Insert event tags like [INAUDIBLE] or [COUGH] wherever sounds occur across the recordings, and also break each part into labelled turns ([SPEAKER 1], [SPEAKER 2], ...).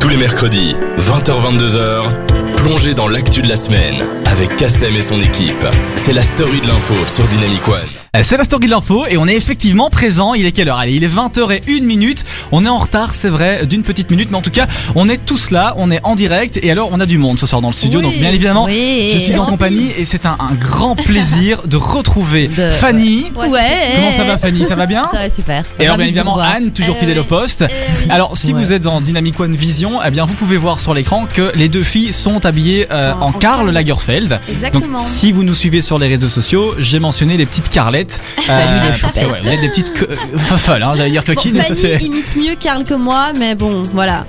[SPEAKER 1] Tous les mercredis, 20h-22h, plongez dans l'actu de la semaine avec Kassem et son équipe. C'est la story de l'info sur Dynamic One.
[SPEAKER 2] Euh, C'est la story de l'info et on est effectivement présent. Il est quelle heure Allez, il est 20h01 minute. On est en retard, c'est vrai, d'une petite minute, mais en tout cas, on est tous là, on est en direct et alors on a du monde ce soir dans le studio.
[SPEAKER 3] Oui.
[SPEAKER 2] Donc bien évidemment,
[SPEAKER 4] Oui.
[SPEAKER 2] je suis en
[SPEAKER 3] Tant
[SPEAKER 2] compagnie et c'est un, un grand plaisir de retrouver
[SPEAKER 4] De-
[SPEAKER 2] Fanny.
[SPEAKER 3] Ouais,
[SPEAKER 4] Ouais.
[SPEAKER 2] Comment ça va Fanny Ça va bien
[SPEAKER 4] Ça va super.
[SPEAKER 2] Et alors bien
[SPEAKER 4] Ravi de vous
[SPEAKER 2] évidemment
[SPEAKER 4] revoir.
[SPEAKER 2] Anne, toujours
[SPEAKER 3] Eh
[SPEAKER 2] fidèle au
[SPEAKER 3] oui.
[SPEAKER 2] poste.
[SPEAKER 3] Eh oui.
[SPEAKER 2] Alors si
[SPEAKER 4] hein. Ouais.
[SPEAKER 2] vous êtes en Dynamic One Vision, eh bien vous pouvez voir sur l'écran que les deux filles sont habillées euh,
[SPEAKER 3] En-
[SPEAKER 2] en
[SPEAKER 3] en
[SPEAKER 2] Karl
[SPEAKER 3] Karl.
[SPEAKER 2] Lagerfeld. Donc
[SPEAKER 3] Exactement.
[SPEAKER 2] si vous nous suivez sur les réseaux sociaux, j'ai mentionné les petites Carlettes.
[SPEAKER 4] Salut les
[SPEAKER 2] parce que, ouais, vous êtes des petites que- [LAUGHS] euh, folles, hein, j'allais dire
[SPEAKER 3] Bon,
[SPEAKER 2] coquines, ça
[SPEAKER 3] Fanny
[SPEAKER 2] c'est...
[SPEAKER 3] imite mieux Karl que moi, mais bon, voilà.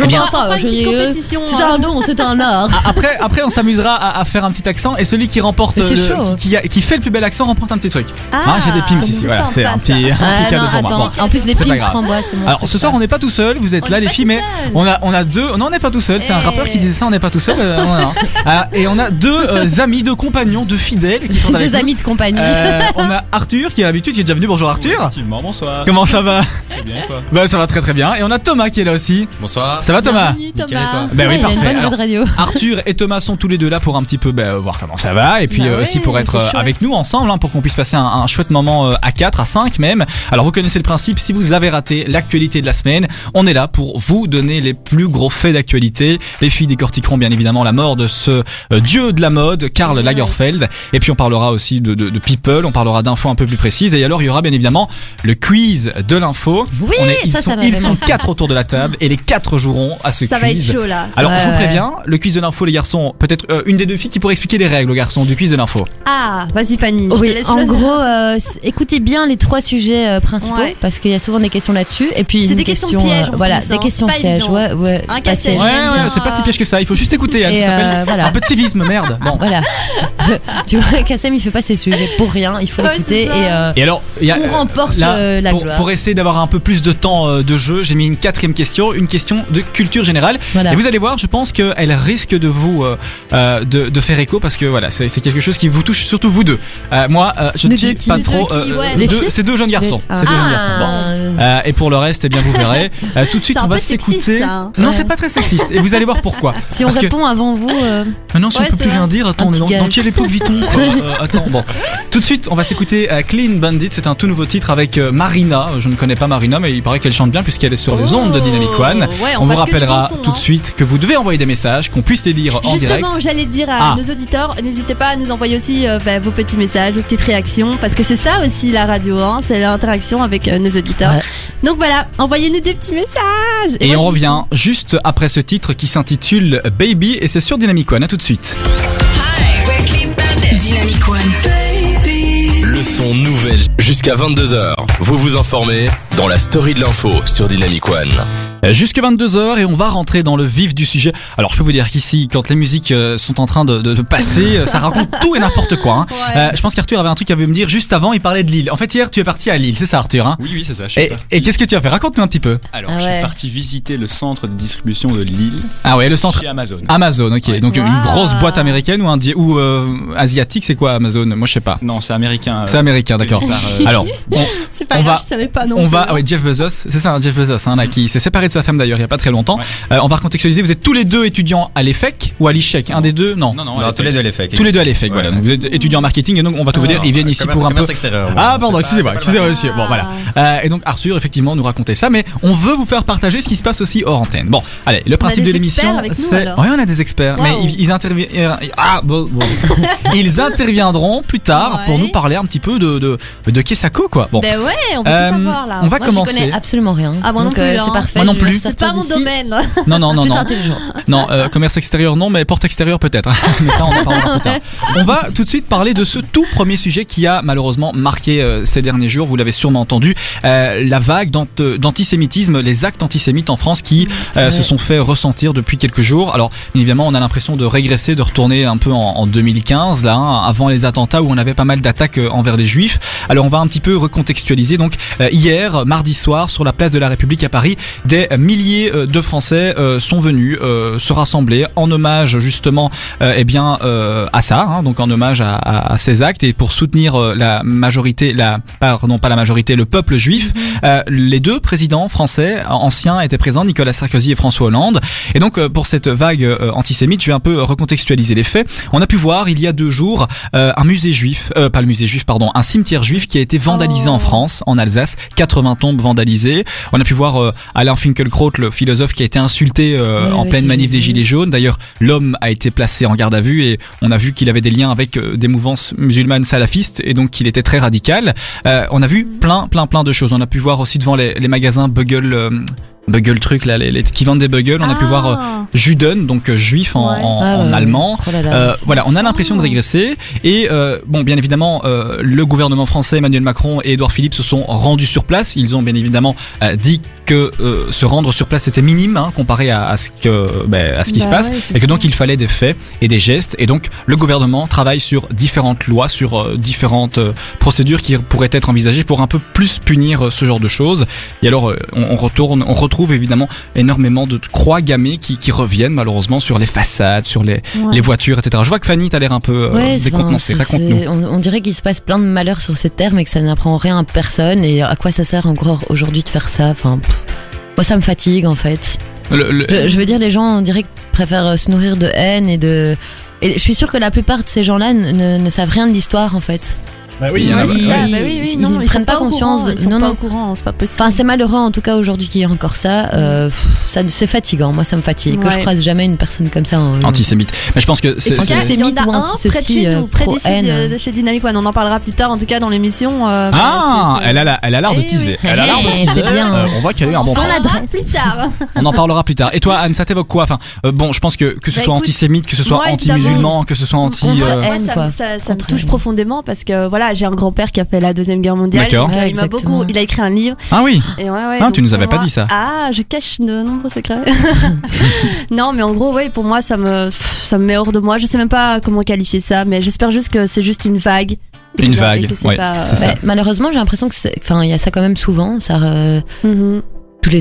[SPEAKER 4] Je
[SPEAKER 2] bien-
[SPEAKER 4] vois pas,
[SPEAKER 3] Enfin, une
[SPEAKER 4] je
[SPEAKER 3] petite
[SPEAKER 4] dis, euh,
[SPEAKER 3] compétition,
[SPEAKER 4] C'est
[SPEAKER 3] hein.
[SPEAKER 4] un don, c'est un art.
[SPEAKER 2] Ah, Après, après, on s'amusera à, à faire un petit accent et celui qui remporte,
[SPEAKER 4] Mais c'est
[SPEAKER 2] le-
[SPEAKER 4] chaud.
[SPEAKER 2] qui, qui a- qui fait le plus bel accent remporte un petit truc.
[SPEAKER 3] Ah,
[SPEAKER 2] Hein, j'ai des pins ici,
[SPEAKER 3] c'est
[SPEAKER 2] voilà, c'est un
[SPEAKER 3] sympa,
[SPEAKER 2] petit, euh, un
[SPEAKER 3] ça.
[SPEAKER 2] petit
[SPEAKER 4] Ah,
[SPEAKER 2] cadeau
[SPEAKER 4] non,
[SPEAKER 2] pour moi.
[SPEAKER 4] attends.
[SPEAKER 2] Bon.
[SPEAKER 4] En plus, les
[SPEAKER 2] C'est pas
[SPEAKER 4] primes,
[SPEAKER 2] grave.
[SPEAKER 4] prends moi, c'est mon
[SPEAKER 2] Alors
[SPEAKER 4] truc,
[SPEAKER 2] ce soir
[SPEAKER 4] ça.
[SPEAKER 2] on n'est pas tout seul, vous êtes
[SPEAKER 3] On
[SPEAKER 2] là
[SPEAKER 3] n'est
[SPEAKER 2] les
[SPEAKER 3] pas
[SPEAKER 2] filles,
[SPEAKER 3] tout
[SPEAKER 2] mais
[SPEAKER 3] seul.
[SPEAKER 2] on a on a deux, non on n'est pas tout seul, c'est un
[SPEAKER 3] Eh.
[SPEAKER 2] rappeur qui disait ça, on n'est pas tout seul, euh, on en a un. Ah, et on a deux euh, amis, deux compagnons, deux fidèles qui sont avec
[SPEAKER 4] Deux
[SPEAKER 2] nous.
[SPEAKER 4] amis de compagnie.
[SPEAKER 2] Euh, on a Arthur qui est l'habitude, qui est déjà venu. Bonjour Arthur.
[SPEAKER 5] Effectivement, bonsoir.
[SPEAKER 2] Comment ça va
[SPEAKER 5] Très bien, toi
[SPEAKER 2] Bah ça va très très bien. Et on a Thomas qui est là aussi.
[SPEAKER 1] Bonsoir.
[SPEAKER 2] Ça va Thomas
[SPEAKER 3] Bienvenue,
[SPEAKER 1] Nickel,
[SPEAKER 3] Thomas.
[SPEAKER 1] et toi
[SPEAKER 2] Ben
[SPEAKER 4] Ouais,
[SPEAKER 2] oui
[SPEAKER 4] il a
[SPEAKER 2] parfait.
[SPEAKER 4] une bonne voix
[SPEAKER 2] Alors,
[SPEAKER 4] de radio.
[SPEAKER 2] Arthur et Thomas sont tous les deux là pour un petit peu ben, euh, voir comment ça va et puis
[SPEAKER 3] Bah
[SPEAKER 2] euh,
[SPEAKER 3] ouais,
[SPEAKER 2] aussi pour être
[SPEAKER 3] c'est
[SPEAKER 2] euh,
[SPEAKER 3] chouette.
[SPEAKER 2] avec nous ensemble hein, pour qu'on puisse passer un, un chouette moment euh, à 4, à 5 même. Alors vous connaissez le principe, si vous avez raté l'actualité de la semaine, on est là pour vous donner les plus gros faits d'actualité. Les filles décortiqueront bien évidemment la mort de ce euh, dieu de la mode, Karl Lagerfeld. Et puis on parlera aussi de, de- de people, on parlera d'infos un peu plus précises. Et alors il y aura bien évidemment le quiz de l'info.
[SPEAKER 4] Oui,
[SPEAKER 2] On est- ils
[SPEAKER 4] ça,
[SPEAKER 2] sont,
[SPEAKER 4] ça va
[SPEAKER 2] ils
[SPEAKER 4] vraiment.
[SPEAKER 2] sont quatre autour de la table et les quatre joueront à ce
[SPEAKER 3] Ça va être
[SPEAKER 2] quiz.
[SPEAKER 3] chaud là.
[SPEAKER 2] Alors
[SPEAKER 4] Ouais,
[SPEAKER 2] je vous
[SPEAKER 4] ouais.
[SPEAKER 2] préviens, le quiz de l'info les garçons, peut-être euh, une des deux filles qui pourrait expliquer les règles aux garçons du quiz de l'info.
[SPEAKER 3] Ah, vas-y Fanny, je te
[SPEAKER 4] Oui,
[SPEAKER 3] laisse
[SPEAKER 4] en
[SPEAKER 3] le-
[SPEAKER 4] gros, euh, s- écoutez bien les trois sujets euh, principaux
[SPEAKER 3] Ouais.
[SPEAKER 4] parce qu'il y a souvent des questions là-dessus et puis
[SPEAKER 3] C'est
[SPEAKER 4] une
[SPEAKER 3] des questions
[SPEAKER 4] question,
[SPEAKER 3] pièges, en
[SPEAKER 4] voilà,
[SPEAKER 3] plus,
[SPEAKER 4] des
[SPEAKER 3] hein,
[SPEAKER 4] questions
[SPEAKER 3] pas
[SPEAKER 4] pièges,
[SPEAKER 3] évident.
[SPEAKER 4] ouais, ouais,
[SPEAKER 3] Un
[SPEAKER 4] pas
[SPEAKER 3] casse-piège.
[SPEAKER 4] piège.
[SPEAKER 2] Ouais,
[SPEAKER 3] j'aime bien.
[SPEAKER 2] ouais, c'est pas si piège que ça, il faut juste écouter, hein,
[SPEAKER 4] Et,
[SPEAKER 2] ça s'appelle
[SPEAKER 4] euh, voilà. Ah
[SPEAKER 2] un peu de civisme,
[SPEAKER 4] [LAUGHS]
[SPEAKER 2] merde. Bon.
[SPEAKER 4] Voilà. tu vois, Kassem, il fait pas ses sujets pour rien, il faut
[SPEAKER 3] Ouais,
[SPEAKER 4] l'écouter
[SPEAKER 3] c'est ça.
[SPEAKER 4] et euh,
[SPEAKER 2] Et alors, il y a,
[SPEAKER 4] on
[SPEAKER 2] euh,
[SPEAKER 4] remporte
[SPEAKER 2] là,
[SPEAKER 4] euh, la
[SPEAKER 2] pour,
[SPEAKER 4] gloire.
[SPEAKER 2] pour essayer d'avoir un peu plus de temps euh, de jeu, j'ai mis une quatrième question, une question de culture générale.
[SPEAKER 4] Voilà.
[SPEAKER 2] Et vous allez voir, je pense qu'elle risque de vous euh, euh, de, de faire écho parce que voilà, c'est c'est quelque chose qui vous touche surtout vous deux. Euh, moi, euh, je ne
[SPEAKER 4] Nous
[SPEAKER 2] suis
[SPEAKER 4] deux qui-
[SPEAKER 2] pas
[SPEAKER 3] nous
[SPEAKER 2] trop. euh,
[SPEAKER 3] deux qui, ouais.
[SPEAKER 4] Les
[SPEAKER 2] deux-
[SPEAKER 4] filles
[SPEAKER 2] c'est deux jeunes garçons.
[SPEAKER 4] Ah.
[SPEAKER 2] C'est deux jeunes garçons. Bon. Euh, et pour le reste, eh bien vous verrez. Euh, tout de suite,
[SPEAKER 3] C'est un
[SPEAKER 2] on va
[SPEAKER 3] peu sexiste,
[SPEAKER 2] s'écouter.
[SPEAKER 3] ça, hein.
[SPEAKER 2] Non,
[SPEAKER 4] Ouais.
[SPEAKER 2] c'est pas très sexiste. Et vous allez voir pourquoi.
[SPEAKER 4] Si on
[SPEAKER 2] Parce que-
[SPEAKER 4] répond avant vous, euh,
[SPEAKER 2] Ah non, si
[SPEAKER 3] Ouais,
[SPEAKER 2] on peut
[SPEAKER 3] c'est
[SPEAKER 2] plus
[SPEAKER 3] vrai.
[SPEAKER 2] rien dire, attends, on est
[SPEAKER 4] petit
[SPEAKER 2] dans,
[SPEAKER 4] gage.
[SPEAKER 2] dans quelle époque vit-on
[SPEAKER 3] [LAUGHS]
[SPEAKER 2] quoi Euh, Attends, bon. Tout de suite, on va s'écouter euh, Clean Bandit. C'est un tout nouveau titre avec euh, Marina. Je ne connais pas Marina, mais il paraît qu'elle chante bien puisqu'elle est sur les ondes de Dynamic One.
[SPEAKER 3] Oh, ouais,
[SPEAKER 2] on
[SPEAKER 3] on
[SPEAKER 2] vous
[SPEAKER 3] passe que du
[SPEAKER 2] rappellera
[SPEAKER 3] bon son,
[SPEAKER 2] tout de
[SPEAKER 3] hein.
[SPEAKER 2] suite que vous devez envoyer des messages, qu'on puisse les lire en direct.
[SPEAKER 3] Justement, j'allais le dire
[SPEAKER 2] Ah.
[SPEAKER 3] à nos auditeurs, n'hésitez pas à nous envoyer aussi euh, bah, vos petits messages, vos petites réactions, parce que c'est ça aussi la radio, hein, c'est l'interaction avec euh, nos auditeurs.
[SPEAKER 4] Ouais.
[SPEAKER 3] Donc voilà, envoyez-nous des petits messages.
[SPEAKER 2] Et
[SPEAKER 3] moi,
[SPEAKER 2] on
[SPEAKER 3] je-
[SPEAKER 2] revient juste après ce titre qui s'intitule Baby et c'est sur Dynamic One. À tout de suite.
[SPEAKER 6] Dynamic One.
[SPEAKER 1] Leçon nouvelle jusqu'à 22h. Vous vous informez dans la story de l'info sur Dynamic One.
[SPEAKER 2] Euh, Jusque 22h et on va rentrer dans le vif du sujet. Alors je peux vous dire qu'ici, quand les musiques euh, sont en train de, de- de passer, euh, ça raconte tout et n'importe quoi. hein.
[SPEAKER 3] Ouais.
[SPEAKER 2] Euh, je pense qu'Arthur avait un truc à me dire juste avant, il parlait de Lille. En fait hier tu es parti à Lille, c'est ça Arthur hein
[SPEAKER 5] Oui, oui, c'est ça. Je suis
[SPEAKER 2] et,
[SPEAKER 5] parti.
[SPEAKER 2] et qu'est-ce que tu as fait Raconte-nous un petit peu.
[SPEAKER 5] Alors,
[SPEAKER 4] Ah
[SPEAKER 5] je
[SPEAKER 4] ouais.
[SPEAKER 5] suis parti visiter le centre de distribution de Lille
[SPEAKER 2] Ah ouais, le centre
[SPEAKER 5] chez Amazon.
[SPEAKER 2] Amazon, ok.
[SPEAKER 5] Ouais.
[SPEAKER 2] Donc une
[SPEAKER 3] Waouh.
[SPEAKER 2] grosse boîte américaine ou, indi- ou euh, asiatique, c'est quoi Amazon Moi je sais pas.
[SPEAKER 5] Non, c'est américain. euh,
[SPEAKER 2] C'est américain,
[SPEAKER 5] [LAUGHS]
[SPEAKER 2] d'accord.
[SPEAKER 5] par, euh,
[SPEAKER 2] Alors, on,
[SPEAKER 3] C'est pas
[SPEAKER 2] on
[SPEAKER 3] grave,
[SPEAKER 2] va-
[SPEAKER 3] je savais pas non
[SPEAKER 2] On
[SPEAKER 3] plus.
[SPEAKER 2] va, ah ouais, Jeff Bezos, c'est ça, hein, Jeff Bezos, hein, là, qui s'est séparé de sa femme d'ailleurs il y a pas très longtemps.
[SPEAKER 5] Ouais.
[SPEAKER 2] Euh, on va recontextualiser. Vous êtes tous les deux étudiants à l'EFEC ou à l'ICHEC E Un des deux Non.
[SPEAKER 5] Non, non,
[SPEAKER 7] Non,
[SPEAKER 5] elle
[SPEAKER 7] tous
[SPEAKER 5] était-
[SPEAKER 7] les deux les fakes.
[SPEAKER 2] Tous les deux à l'EFEC.
[SPEAKER 7] Ouais.
[SPEAKER 2] Voilà. Donc vous êtes étudiants en marketing et donc on va tout vous dire. Ils viennent ici pour un peu.
[SPEAKER 7] Extérieur,
[SPEAKER 2] Ah pardon, excusez-moi,
[SPEAKER 3] Ah.
[SPEAKER 2] excusez-moi monsieur. Bon voilà. Euh, et donc Arthur effectivement nous racontait ça, mais on veut vous faire partager ce qui se passe aussi hors antenne. Bon, allez, le principe
[SPEAKER 3] des
[SPEAKER 2] de l'émission,
[SPEAKER 3] experts avec nous,
[SPEAKER 2] c'est
[SPEAKER 3] alors.
[SPEAKER 2] ouais on a des experts,
[SPEAKER 3] Wow.
[SPEAKER 2] mais ils, ils interviennent. Ah bon,
[SPEAKER 3] [LAUGHS]
[SPEAKER 2] bon. ils interviendront plus tard pour
[SPEAKER 3] Ouais.
[SPEAKER 2] nous parler un petit peu de de de Kessako quoi. Bon,
[SPEAKER 3] Ben ouais, on peut
[SPEAKER 2] Euh,
[SPEAKER 3] tout savoir là.
[SPEAKER 2] on va
[SPEAKER 4] moi, j'y
[SPEAKER 2] commencer.
[SPEAKER 4] connais absolument rien.
[SPEAKER 3] Ah, moi non
[SPEAKER 4] donc,
[SPEAKER 3] plus,
[SPEAKER 4] euh,
[SPEAKER 3] hein.
[SPEAKER 4] c'est parfait.
[SPEAKER 2] Moi non
[SPEAKER 4] je vais
[SPEAKER 2] plus.
[SPEAKER 3] C'est
[SPEAKER 4] sortir
[SPEAKER 3] pas mon
[SPEAKER 4] d'ici
[SPEAKER 3] domaine.
[SPEAKER 2] non non non
[SPEAKER 4] Plus
[SPEAKER 2] non.
[SPEAKER 4] intelligente.
[SPEAKER 2] Non, euh, commerce extérieur non, mais porte extérieure peut-être. hein. [LAUGHS] mais ça, on en parlera plus tard. On va tout de suite parler de ce tout premier sujet qui a malheureusement marqué euh, ces derniers jours. Vous l'avez sûrement entendu, euh, la vague d'ant- euh, d'antisémitisme, les actes antisémites en France qui euh,
[SPEAKER 4] Ouais.
[SPEAKER 2] se sont fait ressentir depuis quelques jours. Alors évidemment, on a l'impression de régresser, de retourner un peu en, en 2015, là, hein, avant les attentats où on avait pas mal d'attaques euh, envers les juifs. Alors on va un petit peu recontextualiser. Donc euh, hier, mardi soir, sur la place de la République à Paris, des des milliers euh, de Français euh, sont venus euh, se rassembler en hommage justement euh, eh bien euh, à ça, hein, donc en hommage à, à- à ces actes et pour soutenir euh, la majorité, la pardon pas la majorité, le peuple juif. Euh, les deux présidents français anciens étaient présents, Nicolas Sarkozy et François Hollande. Et donc euh, pour cette vague euh, antisémite, je vais un peu recontextualiser les faits. On a pu voir il y a deux jours euh, un musée juif, euh, pas le musée juif, pardon, un cimetière juif qui a été vandalisé
[SPEAKER 3] Oh.
[SPEAKER 2] en France, en Alsace, 80 tombes vandalisées. On a pu voir euh, Alain Finkielkraut, le philosophe qui a été insulté euh,
[SPEAKER 4] Oui,
[SPEAKER 2] en
[SPEAKER 4] oui,
[SPEAKER 2] pleine
[SPEAKER 4] si,
[SPEAKER 2] manif
[SPEAKER 4] j'ai
[SPEAKER 2] des
[SPEAKER 4] vu.
[SPEAKER 2] Gilets jaunes. D'ailleurs, l'homme a été placé en garde à vue et on a vu qu'il avait des liens avec euh, des mouvances musulmanes salafistes et donc qu'il était très radical. Euh, on a vu plein, plein, plein de choses. On a pu voir aussi devant les, les magasins Bugle, euh, Bugle truc là, les, les- qui vendent des Bugle. On a pu voir euh, Juden, donc euh, juif en,
[SPEAKER 3] Ouais.
[SPEAKER 2] en-
[SPEAKER 4] Ah,
[SPEAKER 2] en
[SPEAKER 4] ouais.
[SPEAKER 2] allemand.
[SPEAKER 4] Oh là là.
[SPEAKER 2] Euh, voilà, on a l'impression de régresser. Et euh, bon, bien évidemment, euh, le gouvernement français, Emmanuel Macron et Édouard Philippe se sont rendus sur place. Ils ont bien évidemment euh, dit que euh, se rendre sur place était minime hein, comparé à, à ce que ben, à ce qui se
[SPEAKER 3] Bah
[SPEAKER 2] passe,
[SPEAKER 3] ouais, c'est
[SPEAKER 2] et que
[SPEAKER 3] sûr.
[SPEAKER 2] donc il fallait des faits et des gestes. Et donc le gouvernement travaille sur différentes lois, sur euh, différentes euh, procédures qui pourraient être envisagées pour un peu plus punir euh, ce genre de choses. Et alors euh, on, on retourne, on retrouve évidemment énormément de croix gammées qui, qui reviennent malheureusement sur les façades, sur les
[SPEAKER 3] Ouais.
[SPEAKER 2] les voitures, etc. Je vois que Fanny, t'as l'air un peu euh,
[SPEAKER 4] Ouais, c'est-
[SPEAKER 2] décontenancée.
[SPEAKER 4] c'est-
[SPEAKER 2] Raconte-nous.
[SPEAKER 4] c'est- On, on dirait qu'il se passe plein de malheurs sur ces terres, mais que ça n'apprend rien à personne. Et à quoi ça sert encore aujourd'hui de faire ça Enfin, pff, moi, ça me fatigue en fait.
[SPEAKER 2] Le- le-
[SPEAKER 4] Je, je veux dire, les gens, on dirait qu'ils préfèrent euh, se nourrir de haine et de. Et je suis sûre que la plupart de ces gens-là ne, ne- ne savent rien de l'histoire en fait.
[SPEAKER 2] oui, hein.
[SPEAKER 4] il y en a-
[SPEAKER 3] Ouais,
[SPEAKER 4] bah,
[SPEAKER 3] c'est ça,
[SPEAKER 4] oui,
[SPEAKER 3] bah oui, oui,
[SPEAKER 4] ils-
[SPEAKER 3] non,
[SPEAKER 4] ils prennent
[SPEAKER 3] sont
[SPEAKER 4] pas
[SPEAKER 3] au
[SPEAKER 4] conscience
[SPEAKER 3] courant,
[SPEAKER 4] de-
[SPEAKER 3] Ils sont
[SPEAKER 4] non,
[SPEAKER 3] pas
[SPEAKER 4] non.
[SPEAKER 3] au courant, c'est pas possible.
[SPEAKER 4] Enfin, c'est malheureux en tout cas aujourd'hui qu'il y ait encore ça. Euh, pff, ça c'est fatigant, moi ça me fatigue. Que je
[SPEAKER 3] Ouais.
[SPEAKER 4] croise jamais une personne comme ça. en-
[SPEAKER 2] Antisémite. Mais je pense que c'est.
[SPEAKER 4] En tout
[SPEAKER 2] c'est-
[SPEAKER 4] cas,
[SPEAKER 3] il y en
[SPEAKER 4] antisémite ou
[SPEAKER 3] a un
[SPEAKER 4] anti-ceci,
[SPEAKER 3] près de chez
[SPEAKER 4] euh,
[SPEAKER 3] nous, près d'ici,
[SPEAKER 4] pro-haine.
[SPEAKER 3] de, de chez Dynamic One. On en parlera plus tard, en tout cas dans l'émission. euh,
[SPEAKER 2] Ah,
[SPEAKER 3] voilà, c'est- c'est-
[SPEAKER 2] elle a la- elle a l'air de
[SPEAKER 3] Eh oui.
[SPEAKER 2] teaser. Elle a l'air de
[SPEAKER 4] Eh,
[SPEAKER 2] teaser. Euh,
[SPEAKER 4] c'est bien.
[SPEAKER 2] on voit qu'elle a eu un bon
[SPEAKER 3] On en
[SPEAKER 4] Sans
[SPEAKER 2] plan.
[SPEAKER 4] la-
[SPEAKER 3] parlera
[SPEAKER 4] l'adresse.
[SPEAKER 3] plus tard.
[SPEAKER 2] On en parlera plus tard. Et toi, Anne, ça t'évoque quoi Enfin, euh, bon, je pense que que ce
[SPEAKER 3] Bah,
[SPEAKER 2] soit
[SPEAKER 3] écoute,
[SPEAKER 2] antisémite, que ce soit
[SPEAKER 3] moi,
[SPEAKER 2] anti-musulman, que ce soit anti.
[SPEAKER 4] Contre
[SPEAKER 2] euh,
[SPEAKER 4] elle.
[SPEAKER 3] Moi, ça,
[SPEAKER 4] quoi.
[SPEAKER 3] me- ça- ça me
[SPEAKER 4] Contre
[SPEAKER 3] touche
[SPEAKER 4] elle.
[SPEAKER 3] profondément parce que voilà, j'ai un grand-père qui a fait la Deuxième Guerre mondiale.
[SPEAKER 2] D'accord.
[SPEAKER 3] donc, euh,
[SPEAKER 4] Ouais,
[SPEAKER 3] il m'a
[SPEAKER 4] exactement.
[SPEAKER 3] beaucoup. Il a écrit un livre.
[SPEAKER 2] Ah oui.
[SPEAKER 3] Et ouais, ouais,
[SPEAKER 2] Ah,
[SPEAKER 3] donc
[SPEAKER 2] tu nous avais
[SPEAKER 3] pour
[SPEAKER 2] pas
[SPEAKER 3] moi-
[SPEAKER 2] dit ça.
[SPEAKER 3] Ah, je cache de nombreux secrets. [LAUGHS] non, mais en gros, ouais, pour moi, ça me, pff, ça me met hors de moi. Je sais même pas comment qualifier ça, mais j'espère juste que c'est juste une vague. Et
[SPEAKER 2] Une
[SPEAKER 3] que- et
[SPEAKER 2] vague,
[SPEAKER 3] que c'est
[SPEAKER 2] ouais,
[SPEAKER 3] pas-
[SPEAKER 2] c'est ça.
[SPEAKER 4] Ouais, malheureusement, j'ai l'impression que c'est- enfin, il y a ça quand même souvent. Ça, euh,
[SPEAKER 3] Mhm.
[SPEAKER 4] tous les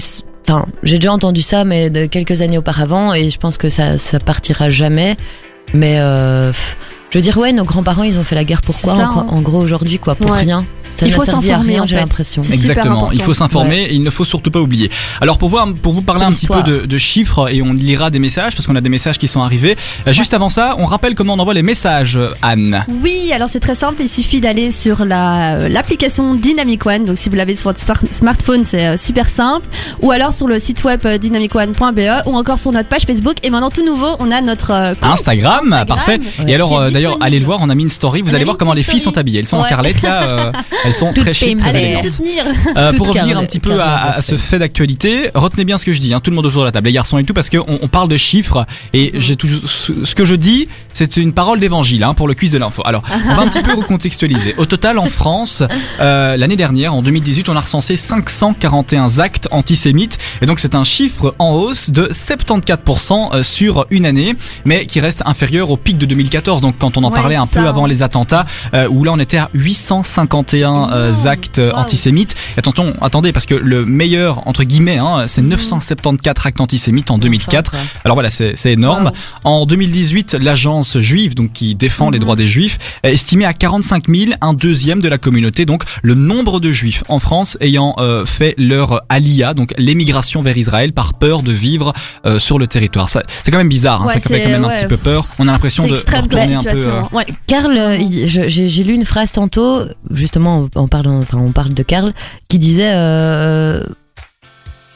[SPEAKER 4] enfin j'ai déjà entendu ça mais de quelques années auparavant et je pense que ça ça partira jamais mais euh, pff, je veux dire ouais nos grands-parents ils ont fait la guerre pourquoi
[SPEAKER 3] C'est ça,
[SPEAKER 4] en, gro-
[SPEAKER 3] hein.
[SPEAKER 4] en gros aujourd'hui quoi pour
[SPEAKER 3] Ouais.
[SPEAKER 4] rien ça
[SPEAKER 3] Il
[SPEAKER 4] n'a
[SPEAKER 3] faut
[SPEAKER 4] servi à
[SPEAKER 3] s'informer,
[SPEAKER 4] rien
[SPEAKER 3] en
[SPEAKER 4] j'ai
[SPEAKER 3] fait.
[SPEAKER 4] l'impression
[SPEAKER 3] C'est super
[SPEAKER 2] Exactement, il
[SPEAKER 3] important.
[SPEAKER 2] faut s'informer et il ne faut surtout pas oublier. Alors pour, voir, pour vous parler
[SPEAKER 4] C'est
[SPEAKER 2] un petit peu
[SPEAKER 4] l'histoire.
[SPEAKER 2] de, de chiffres et on lira des messages parce qu'on a des messages qui sont arrivés. Euh, Juste avant ça, on rappelle comment on envoie les messages, euh, Anne.
[SPEAKER 3] Oui, alors c'est très simple, il suffit d'aller sur la, euh, l'application Dynamic One. Donc si vous l'avez sur votre smart- smartphone, c'est euh, super simple. Ou alors sur le site web euh, dynamicone.be ou encore sur notre page Facebook. Et maintenant tout nouveau, on a notre euh, compte
[SPEAKER 2] Instagram, Ah, parfait.
[SPEAKER 4] Ouais.
[SPEAKER 2] Et alors
[SPEAKER 3] Qui est
[SPEAKER 2] euh, d'ailleurs,
[SPEAKER 3] disponible.
[SPEAKER 2] allez le voir, on a mis une story. Vous
[SPEAKER 3] On a
[SPEAKER 2] allez
[SPEAKER 3] mis
[SPEAKER 2] voir
[SPEAKER 3] une
[SPEAKER 2] comment les
[SPEAKER 3] petite
[SPEAKER 2] filles
[SPEAKER 3] story.
[SPEAKER 2] sont habillées. Elles sont en
[SPEAKER 3] Ouais.
[SPEAKER 2] carlette là, euh, elles sont très chic, très
[SPEAKER 4] pimpées.
[SPEAKER 2] élégantes.
[SPEAKER 3] Allez
[SPEAKER 4] Allez.
[SPEAKER 3] soutenir. [LAUGHS]
[SPEAKER 2] Euh,
[SPEAKER 4] Toute
[SPEAKER 2] pour revenir
[SPEAKER 4] carrée,
[SPEAKER 2] un petit peu
[SPEAKER 4] toute
[SPEAKER 2] à,
[SPEAKER 4] carrée,
[SPEAKER 2] à
[SPEAKER 4] parfait.
[SPEAKER 2] ce fait d'actualité, retenez bien ce que je dis, hein, tout le monde autour de la table, les garçons et tout, parce qu'on on parle de chiffres et
[SPEAKER 3] Mhm.
[SPEAKER 2] j'ai toujours ce, ce que je dis, c'est une parole d'évangile hein, pour le quiz de l'info.
[SPEAKER 3] [LAUGHS]
[SPEAKER 2] Alors, on va un petit peu recontextualiser. Au total, en France, euh, l'année dernière, en 2018, on a recensé 541 actes antisémites et donc c'est un chiffre en hausse de 74% euh, sur une année, mais qui reste inférieur au pic de 2014. Donc, quand on en
[SPEAKER 3] Ouais,
[SPEAKER 2] parlait un
[SPEAKER 3] ça,
[SPEAKER 2] peu
[SPEAKER 3] hein.
[SPEAKER 2] avant les attentats, euh, où là on était à 851 euh,
[SPEAKER 3] énorme.
[SPEAKER 2] actes
[SPEAKER 3] Waouh.
[SPEAKER 2] antisémites. Et Attention, attendez, parce que le meilleur, entre guillemets, hein, c'est
[SPEAKER 3] Mmh.
[SPEAKER 2] 974 actes antisémites en 2004.
[SPEAKER 4] Enfin,
[SPEAKER 2] Alors voilà, c'est c'est énorme. En 2018, l'agence juive, donc qui défend
[SPEAKER 3] Mmh.
[SPEAKER 2] les droits des juifs, est estimée à 45 000, un deuxième de la communauté. Donc le nombre de juifs en France ayant euh, fait leur alia, donc l'émigration vers Israël, par peur de vivre euh, sur le territoire. Ça- C'est quand même bizarre, hein,
[SPEAKER 3] Ouais,
[SPEAKER 2] ça fait quand
[SPEAKER 3] c'est-
[SPEAKER 2] même un
[SPEAKER 3] ouais.
[SPEAKER 2] petit peu peur. On a l'impression
[SPEAKER 3] C'est
[SPEAKER 2] de, de
[SPEAKER 3] extrême comme
[SPEAKER 2] retourner un peu...
[SPEAKER 3] situation.
[SPEAKER 2] euh,
[SPEAKER 3] Ouais.
[SPEAKER 4] Karl, euh, il- je- j'ai j'ai lu une phrase tantôt, justement, en, en parlant, enfin, on parle de Karl, qui disait, euh,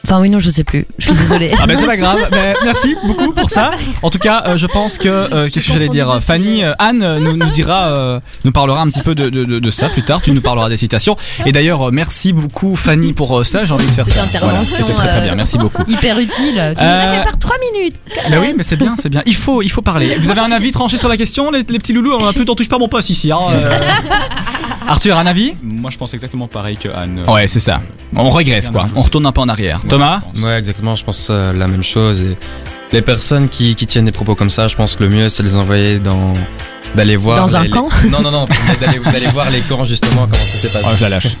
[SPEAKER 4] enfin, oui, non, je sais plus, je suis désolée.
[SPEAKER 2] Ah ben
[SPEAKER 4] [LAUGHS]
[SPEAKER 2] c'est pas grave, mais merci beaucoup pour ça. En tout cas, euh, je pense que euh, qu'est-ce que j'allais dire, Fanny, euh, Anne euh, nous, nous dira, euh, nous parlera un petit peu de, de, de, de ça plus tard. Tu nous parleras des citations. Et d'ailleurs, euh, merci beaucoup Fanny pour euh, ça. J'ai envie de faire
[SPEAKER 4] Cette
[SPEAKER 2] ça. Voilà,
[SPEAKER 4] intervention,
[SPEAKER 2] C'était très très
[SPEAKER 4] euh,
[SPEAKER 2] bien. Merci beaucoup.
[SPEAKER 4] Hyper utile.
[SPEAKER 2] Euh, bah
[SPEAKER 3] Par 3 minutes.
[SPEAKER 4] euh,
[SPEAKER 2] oui, mais c'est bien, c'est bien. Il faut, il faut parler. Vous avez un avis tranché sur la question, les, les petits loulous On a plus, t'en touche pas mon poste ici. hein, euh. Arthur, un avis
[SPEAKER 5] Moi, je pense exactement pareil que Anne.
[SPEAKER 2] Ouais, c'est ça. On régresse quoi. On retourne un peu en arrière.
[SPEAKER 5] Ouais,
[SPEAKER 2] Thomas
[SPEAKER 5] je pense.
[SPEAKER 6] Ouais, exactement, je pense euh, la même chose. Et les personnes qui, qui tiennent des propos comme ça, je pense que le mieux, c'est de les envoyer dans, d'aller voir
[SPEAKER 4] Dans un
[SPEAKER 6] les-
[SPEAKER 4] camp
[SPEAKER 6] les- [LAUGHS] non non non mais d'aller d'aller voir les camps justement comment ça s'est passé
[SPEAKER 2] Oh, je la lâche.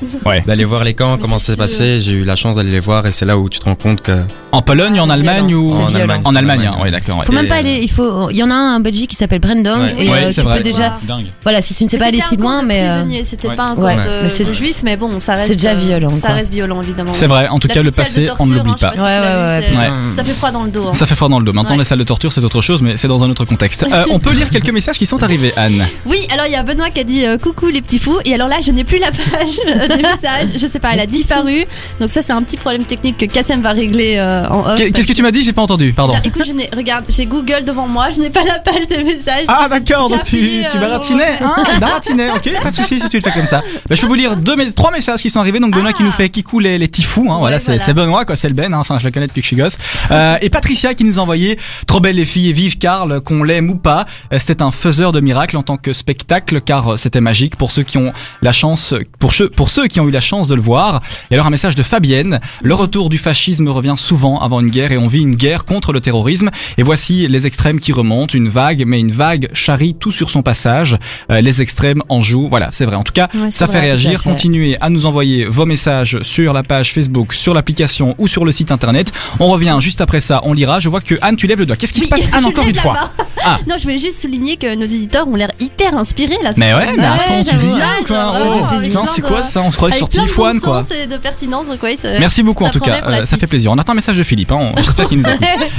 [SPEAKER 6] d'aller voir les camps
[SPEAKER 3] Mais
[SPEAKER 6] comment
[SPEAKER 3] c'est
[SPEAKER 6] ça s'est
[SPEAKER 3] sûr.
[SPEAKER 6] passé j'ai eu la chance d'aller les voir et c'est là où tu te rends compte que
[SPEAKER 2] En Pologne, en
[SPEAKER 4] C'est
[SPEAKER 2] Allemagne
[SPEAKER 4] violent,
[SPEAKER 2] ou
[SPEAKER 4] c'est violent.
[SPEAKER 2] en Allemagne, hein, ouais, d'accord. ouais.
[SPEAKER 4] Faut
[SPEAKER 6] Et,
[SPEAKER 4] même pas
[SPEAKER 6] euh,
[SPEAKER 4] aller. Il faut. Il y en a un en Belgique qui s'appelle Brendan
[SPEAKER 6] Ouais.
[SPEAKER 4] et
[SPEAKER 2] Ouais,
[SPEAKER 4] euh,
[SPEAKER 2] c'est
[SPEAKER 4] tu
[SPEAKER 2] vrai.
[SPEAKER 4] peux déjà.
[SPEAKER 5] Dingue.
[SPEAKER 4] Voilà, si tu ne sais pas aller si loin, mais euh,
[SPEAKER 3] C'était
[SPEAKER 5] Ouais.
[SPEAKER 3] pas un
[SPEAKER 4] Ouais.
[SPEAKER 3] camp
[SPEAKER 6] Ouais.
[SPEAKER 4] Mais
[SPEAKER 3] de,
[SPEAKER 4] c'est-
[SPEAKER 3] de juifs, mais bon, ça
[SPEAKER 4] c'est
[SPEAKER 3] reste.
[SPEAKER 4] déjà
[SPEAKER 3] euh,
[SPEAKER 4] violent,
[SPEAKER 3] Ça
[SPEAKER 4] quoi.
[SPEAKER 3] reste violent, évidemment.
[SPEAKER 2] C'est vrai, en tout
[SPEAKER 3] La
[SPEAKER 2] cas, le
[SPEAKER 3] petite salle
[SPEAKER 2] passé,
[SPEAKER 3] de
[SPEAKER 2] on ne
[SPEAKER 3] torture,
[SPEAKER 2] l'oublie
[SPEAKER 3] hein, je sais
[SPEAKER 2] pas.
[SPEAKER 3] si
[SPEAKER 4] Ouais,
[SPEAKER 3] tu l'as
[SPEAKER 4] ouais,
[SPEAKER 3] vu,
[SPEAKER 4] ouais,
[SPEAKER 3] c'est-
[SPEAKER 4] putain.
[SPEAKER 3] Ça fait froid dans le dos. hein.
[SPEAKER 2] Ça fait froid dans le dos. Maintenant,
[SPEAKER 3] Ouais.
[SPEAKER 2] les salles de torture, c'est autre chose, mais c'est dans un autre contexte. Euh, on peut lire quelques messages qui sont arrivés, Anne.
[SPEAKER 3] Oui, alors il y a Benoît qui a dit euh, coucou les petits fous. Et alors là, je n'ai plus la page [LAUGHS] euh, des messages. Je sais pas, elle a disparu. Donc ça, c'est un petit problème technique que Kassem va régler euh, en off.
[SPEAKER 2] Qu'est- Qu'est-ce que tu m'as dit J'ai pas entendu, pardon.
[SPEAKER 3] Non, écoute, je n'ai- regarde, j'ai Google devant moi. Je n'ai pas la page des messages.
[SPEAKER 2] Ah d'accord,
[SPEAKER 3] J'ai
[SPEAKER 2] donc tu,
[SPEAKER 3] appuyé,
[SPEAKER 2] tu
[SPEAKER 3] euh,
[SPEAKER 2] baratinais,
[SPEAKER 3] dans
[SPEAKER 2] hein, baratinais, ok, pas de soucis si tu le fais comme ça. Bah, je peux vous lire deux, mes- trois messages qui sont arrivés, donc Benoît qui nous fait kikou les, les tifous, hein, voilà,
[SPEAKER 3] Ah. Ouais,
[SPEAKER 2] c'est
[SPEAKER 3] voilà.
[SPEAKER 2] c'est Benoît quoi, c'est le Ben, hein, enfin je le connais depuis que je suis gosse. Euh, et Patricia qui nous a envoyé, trop belle les filles et vive Karl, qu'on l'aime ou pas, Euh, c'était un faiseur de miracles en tant que spectacle car euh, c'était magique pour ceux qui ont la chance, pour, ceux- pour ceux qui ont eu la chance de le voir. Et alors un message de Fabienne, le retour du fascisme revient souvent avant une guerre et on vit une guerre contre le terrorisme. Et voici les extrêmes qui remontent, une vague, mais une vague charrie tout sur son passage. Euh, les extrêmes en jouent, voilà, c'est vrai. En tout cas,
[SPEAKER 3] Ouais, c'est
[SPEAKER 2] ça fait
[SPEAKER 4] vrai,
[SPEAKER 2] réagir.
[SPEAKER 4] tout à fait.
[SPEAKER 2] Continuez à nous envoyer vos messages sur la page Facebook, sur l'application ou sur le site internet. On revient juste après ça, on lira. Je vois que Anne, tu lèves le doigt. Qu'est-ce qui se
[SPEAKER 3] Oui,
[SPEAKER 2] passe
[SPEAKER 3] [LAUGHS] je
[SPEAKER 2] Anne, encore
[SPEAKER 3] lève
[SPEAKER 2] une
[SPEAKER 3] la
[SPEAKER 2] fois
[SPEAKER 3] main.
[SPEAKER 2] Ah.
[SPEAKER 3] Non, je voulais juste souligner que nos éditeurs ont l'air hyper inspirés là.
[SPEAKER 2] Mais
[SPEAKER 3] ce
[SPEAKER 2] ouais,
[SPEAKER 3] soir.
[SPEAKER 2] mais attends, tu
[SPEAKER 3] j'avoue,
[SPEAKER 2] viens,
[SPEAKER 3] ouais,
[SPEAKER 2] quoi.
[SPEAKER 3] j'avoue,
[SPEAKER 2] Oh,
[SPEAKER 3] avec
[SPEAKER 2] putain,
[SPEAKER 3] plein
[SPEAKER 2] c'est
[SPEAKER 3] de-
[SPEAKER 2] quoi ça On se croit
[SPEAKER 3] avec
[SPEAKER 2] sur
[SPEAKER 3] plein de
[SPEAKER 2] Tifoine,
[SPEAKER 3] bon
[SPEAKER 2] quoi.
[SPEAKER 3] sens et de pertinence, donc ouais, c'est-
[SPEAKER 2] Merci beaucoup
[SPEAKER 3] Ça
[SPEAKER 2] en tout
[SPEAKER 3] promet
[SPEAKER 2] cas,
[SPEAKER 3] pour la
[SPEAKER 2] Euh, ça fait
[SPEAKER 3] suite.
[SPEAKER 2] plaisir. On attend un message de Philippe, hein. On- j'espère
[SPEAKER 3] [LAUGHS]
[SPEAKER 2] qu'il nous entend.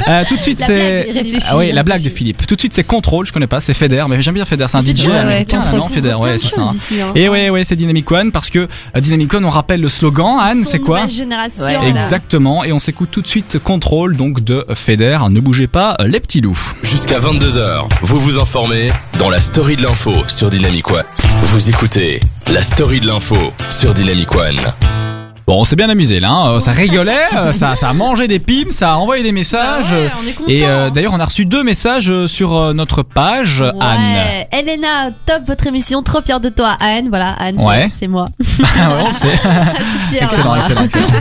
[SPEAKER 2] Euh, tout de suite,
[SPEAKER 3] La
[SPEAKER 2] c'est.
[SPEAKER 3] blague, hein. il réfléchit,
[SPEAKER 2] Ah oui,
[SPEAKER 3] il
[SPEAKER 2] la blague de
[SPEAKER 3] réfléchit.
[SPEAKER 2] Philippe. Tout de suite, c'est Control, je connais pas, c'est Feder, mais j'aime bien Feder, c'est un
[SPEAKER 4] C'est
[SPEAKER 2] DJ
[SPEAKER 4] bien, ouais,
[SPEAKER 2] américain,
[SPEAKER 4] Control,
[SPEAKER 2] non
[SPEAKER 4] c'est
[SPEAKER 2] Feder, ouais, c'est ça. hein. Et ouais, ouais, c'est Dynamic One parce que euh, Dynamic One, on rappelle le slogan, Anne, c'est quoi
[SPEAKER 4] Ouais, voilà.
[SPEAKER 2] Exactement, et on s'écoute tout de suite Contrôle donc de Feder. Ne bougez pas, euh, les petits loups.
[SPEAKER 1] Jusqu'à 22h, vous vous informez dans la story de l'info sur Dynamic One. Vous écoutez la story de l'info sur Dynamic One.
[SPEAKER 2] Bon, on s'est bien amusé là, hein. Euh, ça rigolait, euh, ça, ça a mangé des pimes, ça a envoyé des
[SPEAKER 3] Bah
[SPEAKER 2] messages. Ah
[SPEAKER 3] Ah
[SPEAKER 2] et euh, d'ailleurs, on a reçu deux messages euh, sur euh, notre page, euh,
[SPEAKER 3] [LAUGHS]
[SPEAKER 2] Anne.
[SPEAKER 3] Elena, top votre émission, trop fière de toi, Anne. Voilà, Anne, c'est-
[SPEAKER 2] Ouais.
[SPEAKER 3] c'est moi.
[SPEAKER 2] Ah ouais, on sait.
[SPEAKER 3] Je suis fière.
[SPEAKER 2] [LAUGHS] excellent,
[SPEAKER 3] là.
[SPEAKER 2] excellent,
[SPEAKER 3] [LAUGHS]
[SPEAKER 2] excellent.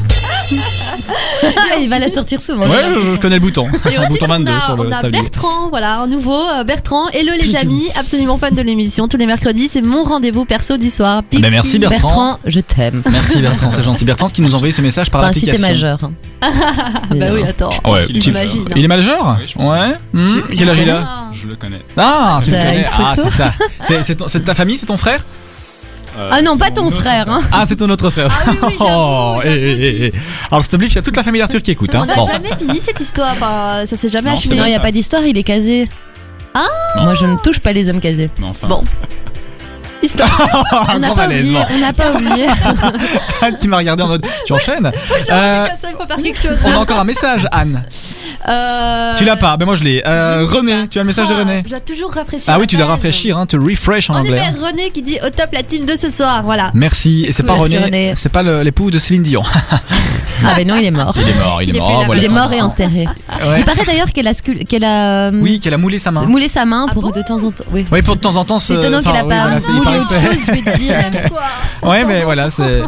[SPEAKER 4] [LAUGHS] il va la sortir souvent.
[SPEAKER 2] Ouais, je, je connais le [LAUGHS] bouton.
[SPEAKER 3] Et
[SPEAKER 2] le
[SPEAKER 3] aussi,
[SPEAKER 2] bouton 22
[SPEAKER 3] on a,
[SPEAKER 2] sur
[SPEAKER 3] on
[SPEAKER 2] le
[SPEAKER 3] a
[SPEAKER 2] tablier.
[SPEAKER 3] Bertrand, voilà, un nouveau euh, Bertrand. Hello les amis, absolument fan de l'émission. Tous les mercredis, c'est mon rendez-vous perso du soir. Pic,
[SPEAKER 2] Ben, merci
[SPEAKER 3] pic.
[SPEAKER 2] Bertrand.
[SPEAKER 4] Bertrand, je t'aime.
[SPEAKER 2] Merci Bertrand, c'est gentil. Bertrand qui nous a envoyé ce message par
[SPEAKER 3] Bah,
[SPEAKER 4] Enfin, si
[SPEAKER 2] l'application.
[SPEAKER 4] t'es majeur. euh, hein.
[SPEAKER 3] Ah [LAUGHS] bah oui, attends.
[SPEAKER 5] pense
[SPEAKER 2] hein. Ouais,
[SPEAKER 5] qu'il est
[SPEAKER 2] tu-
[SPEAKER 3] majeur.
[SPEAKER 2] Il est majeur
[SPEAKER 5] Oui, je pense.
[SPEAKER 2] Ouais. Hmm, Quel âge il a
[SPEAKER 5] Je le connais.
[SPEAKER 2] Ah, tu
[SPEAKER 4] T'as
[SPEAKER 2] le connais.
[SPEAKER 4] une
[SPEAKER 2] Ah,
[SPEAKER 4] photo
[SPEAKER 2] c'est ça. C'est- C'est ton- c'est de ta famille, c'est ton frère
[SPEAKER 5] Euh,
[SPEAKER 4] Ah non,
[SPEAKER 5] c'est
[SPEAKER 4] pas
[SPEAKER 5] mon
[SPEAKER 4] ton
[SPEAKER 5] autre
[SPEAKER 4] frère. hein.
[SPEAKER 2] Ah, c'est ton autre frère.
[SPEAKER 3] Ah oui, oui, j'avoue, j'avoue,
[SPEAKER 2] eh, eh, eh, eh. Alors, je te il y a toute la famille d'Arthur qui écoute.
[SPEAKER 3] On
[SPEAKER 2] Hein.
[SPEAKER 3] n'a
[SPEAKER 2] Bon.
[SPEAKER 3] jamais fini cette histoire, enfin, ça s'est jamais
[SPEAKER 5] Non,
[SPEAKER 3] achevé.
[SPEAKER 5] c'est
[SPEAKER 4] Non,
[SPEAKER 5] vrai,
[SPEAKER 4] il n'y a
[SPEAKER 5] ça.
[SPEAKER 4] pas d'histoire, il est casé.
[SPEAKER 3] Ah
[SPEAKER 4] Moi, je ne touche pas les hommes casés.
[SPEAKER 5] Mais enfin,
[SPEAKER 3] Bon. Histoire.
[SPEAKER 4] on n'a
[SPEAKER 2] Oh, grand
[SPEAKER 4] pas
[SPEAKER 2] malaise,
[SPEAKER 4] oublié.
[SPEAKER 2] bon.
[SPEAKER 4] On
[SPEAKER 2] [LAUGHS]
[SPEAKER 4] n'a pas
[SPEAKER 3] [LAUGHS]
[SPEAKER 4] oublié.
[SPEAKER 2] Anne qui m'a regardé en mode tu enchaînes. Euh,
[SPEAKER 3] Kassem, faut faire quelque chose.
[SPEAKER 2] on a encore un message, Anne.
[SPEAKER 3] Euh,
[SPEAKER 2] Tu l'as pas, mais moi je l'ai. Euh,
[SPEAKER 3] je l'ai
[SPEAKER 2] René,
[SPEAKER 3] pas.
[SPEAKER 2] tu as le message de
[SPEAKER 3] Ah,
[SPEAKER 2] René
[SPEAKER 3] Je dois toujours rafraîchir.
[SPEAKER 2] Ah
[SPEAKER 3] la
[SPEAKER 2] oui, tu dois
[SPEAKER 3] page.
[SPEAKER 2] rafraîchir, hein, to refresh en
[SPEAKER 3] En
[SPEAKER 2] anglais.
[SPEAKER 3] effet,
[SPEAKER 2] hein.
[SPEAKER 3] René qui dit au top la team de ce soir, voilà.
[SPEAKER 2] [LAUGHS] Merci. Et c'est pas
[SPEAKER 4] Merci,
[SPEAKER 2] René,
[SPEAKER 4] René.
[SPEAKER 2] c'est pas le- l'époux de Céline Dion.
[SPEAKER 4] Ah, ben non, il est mort.
[SPEAKER 2] Il est mort,
[SPEAKER 3] Il est plus là.
[SPEAKER 4] Il Ah, est mort et enterré.
[SPEAKER 2] Ouais.
[SPEAKER 4] Il paraît d'ailleurs qu'elle a, scul- qu'elle a euh,
[SPEAKER 2] Oui, qu'elle a moulé sa main.
[SPEAKER 4] moulé sa main
[SPEAKER 3] Ah
[SPEAKER 4] pour
[SPEAKER 3] bon
[SPEAKER 4] de temps en temps. Oui.
[SPEAKER 2] Oui, pour de temps en temps.
[SPEAKER 4] C'est étonnant qu'elle a pas moulé autre chose, je vais te dire. [LAUGHS]
[SPEAKER 2] Ouais, mais voilà, c'est.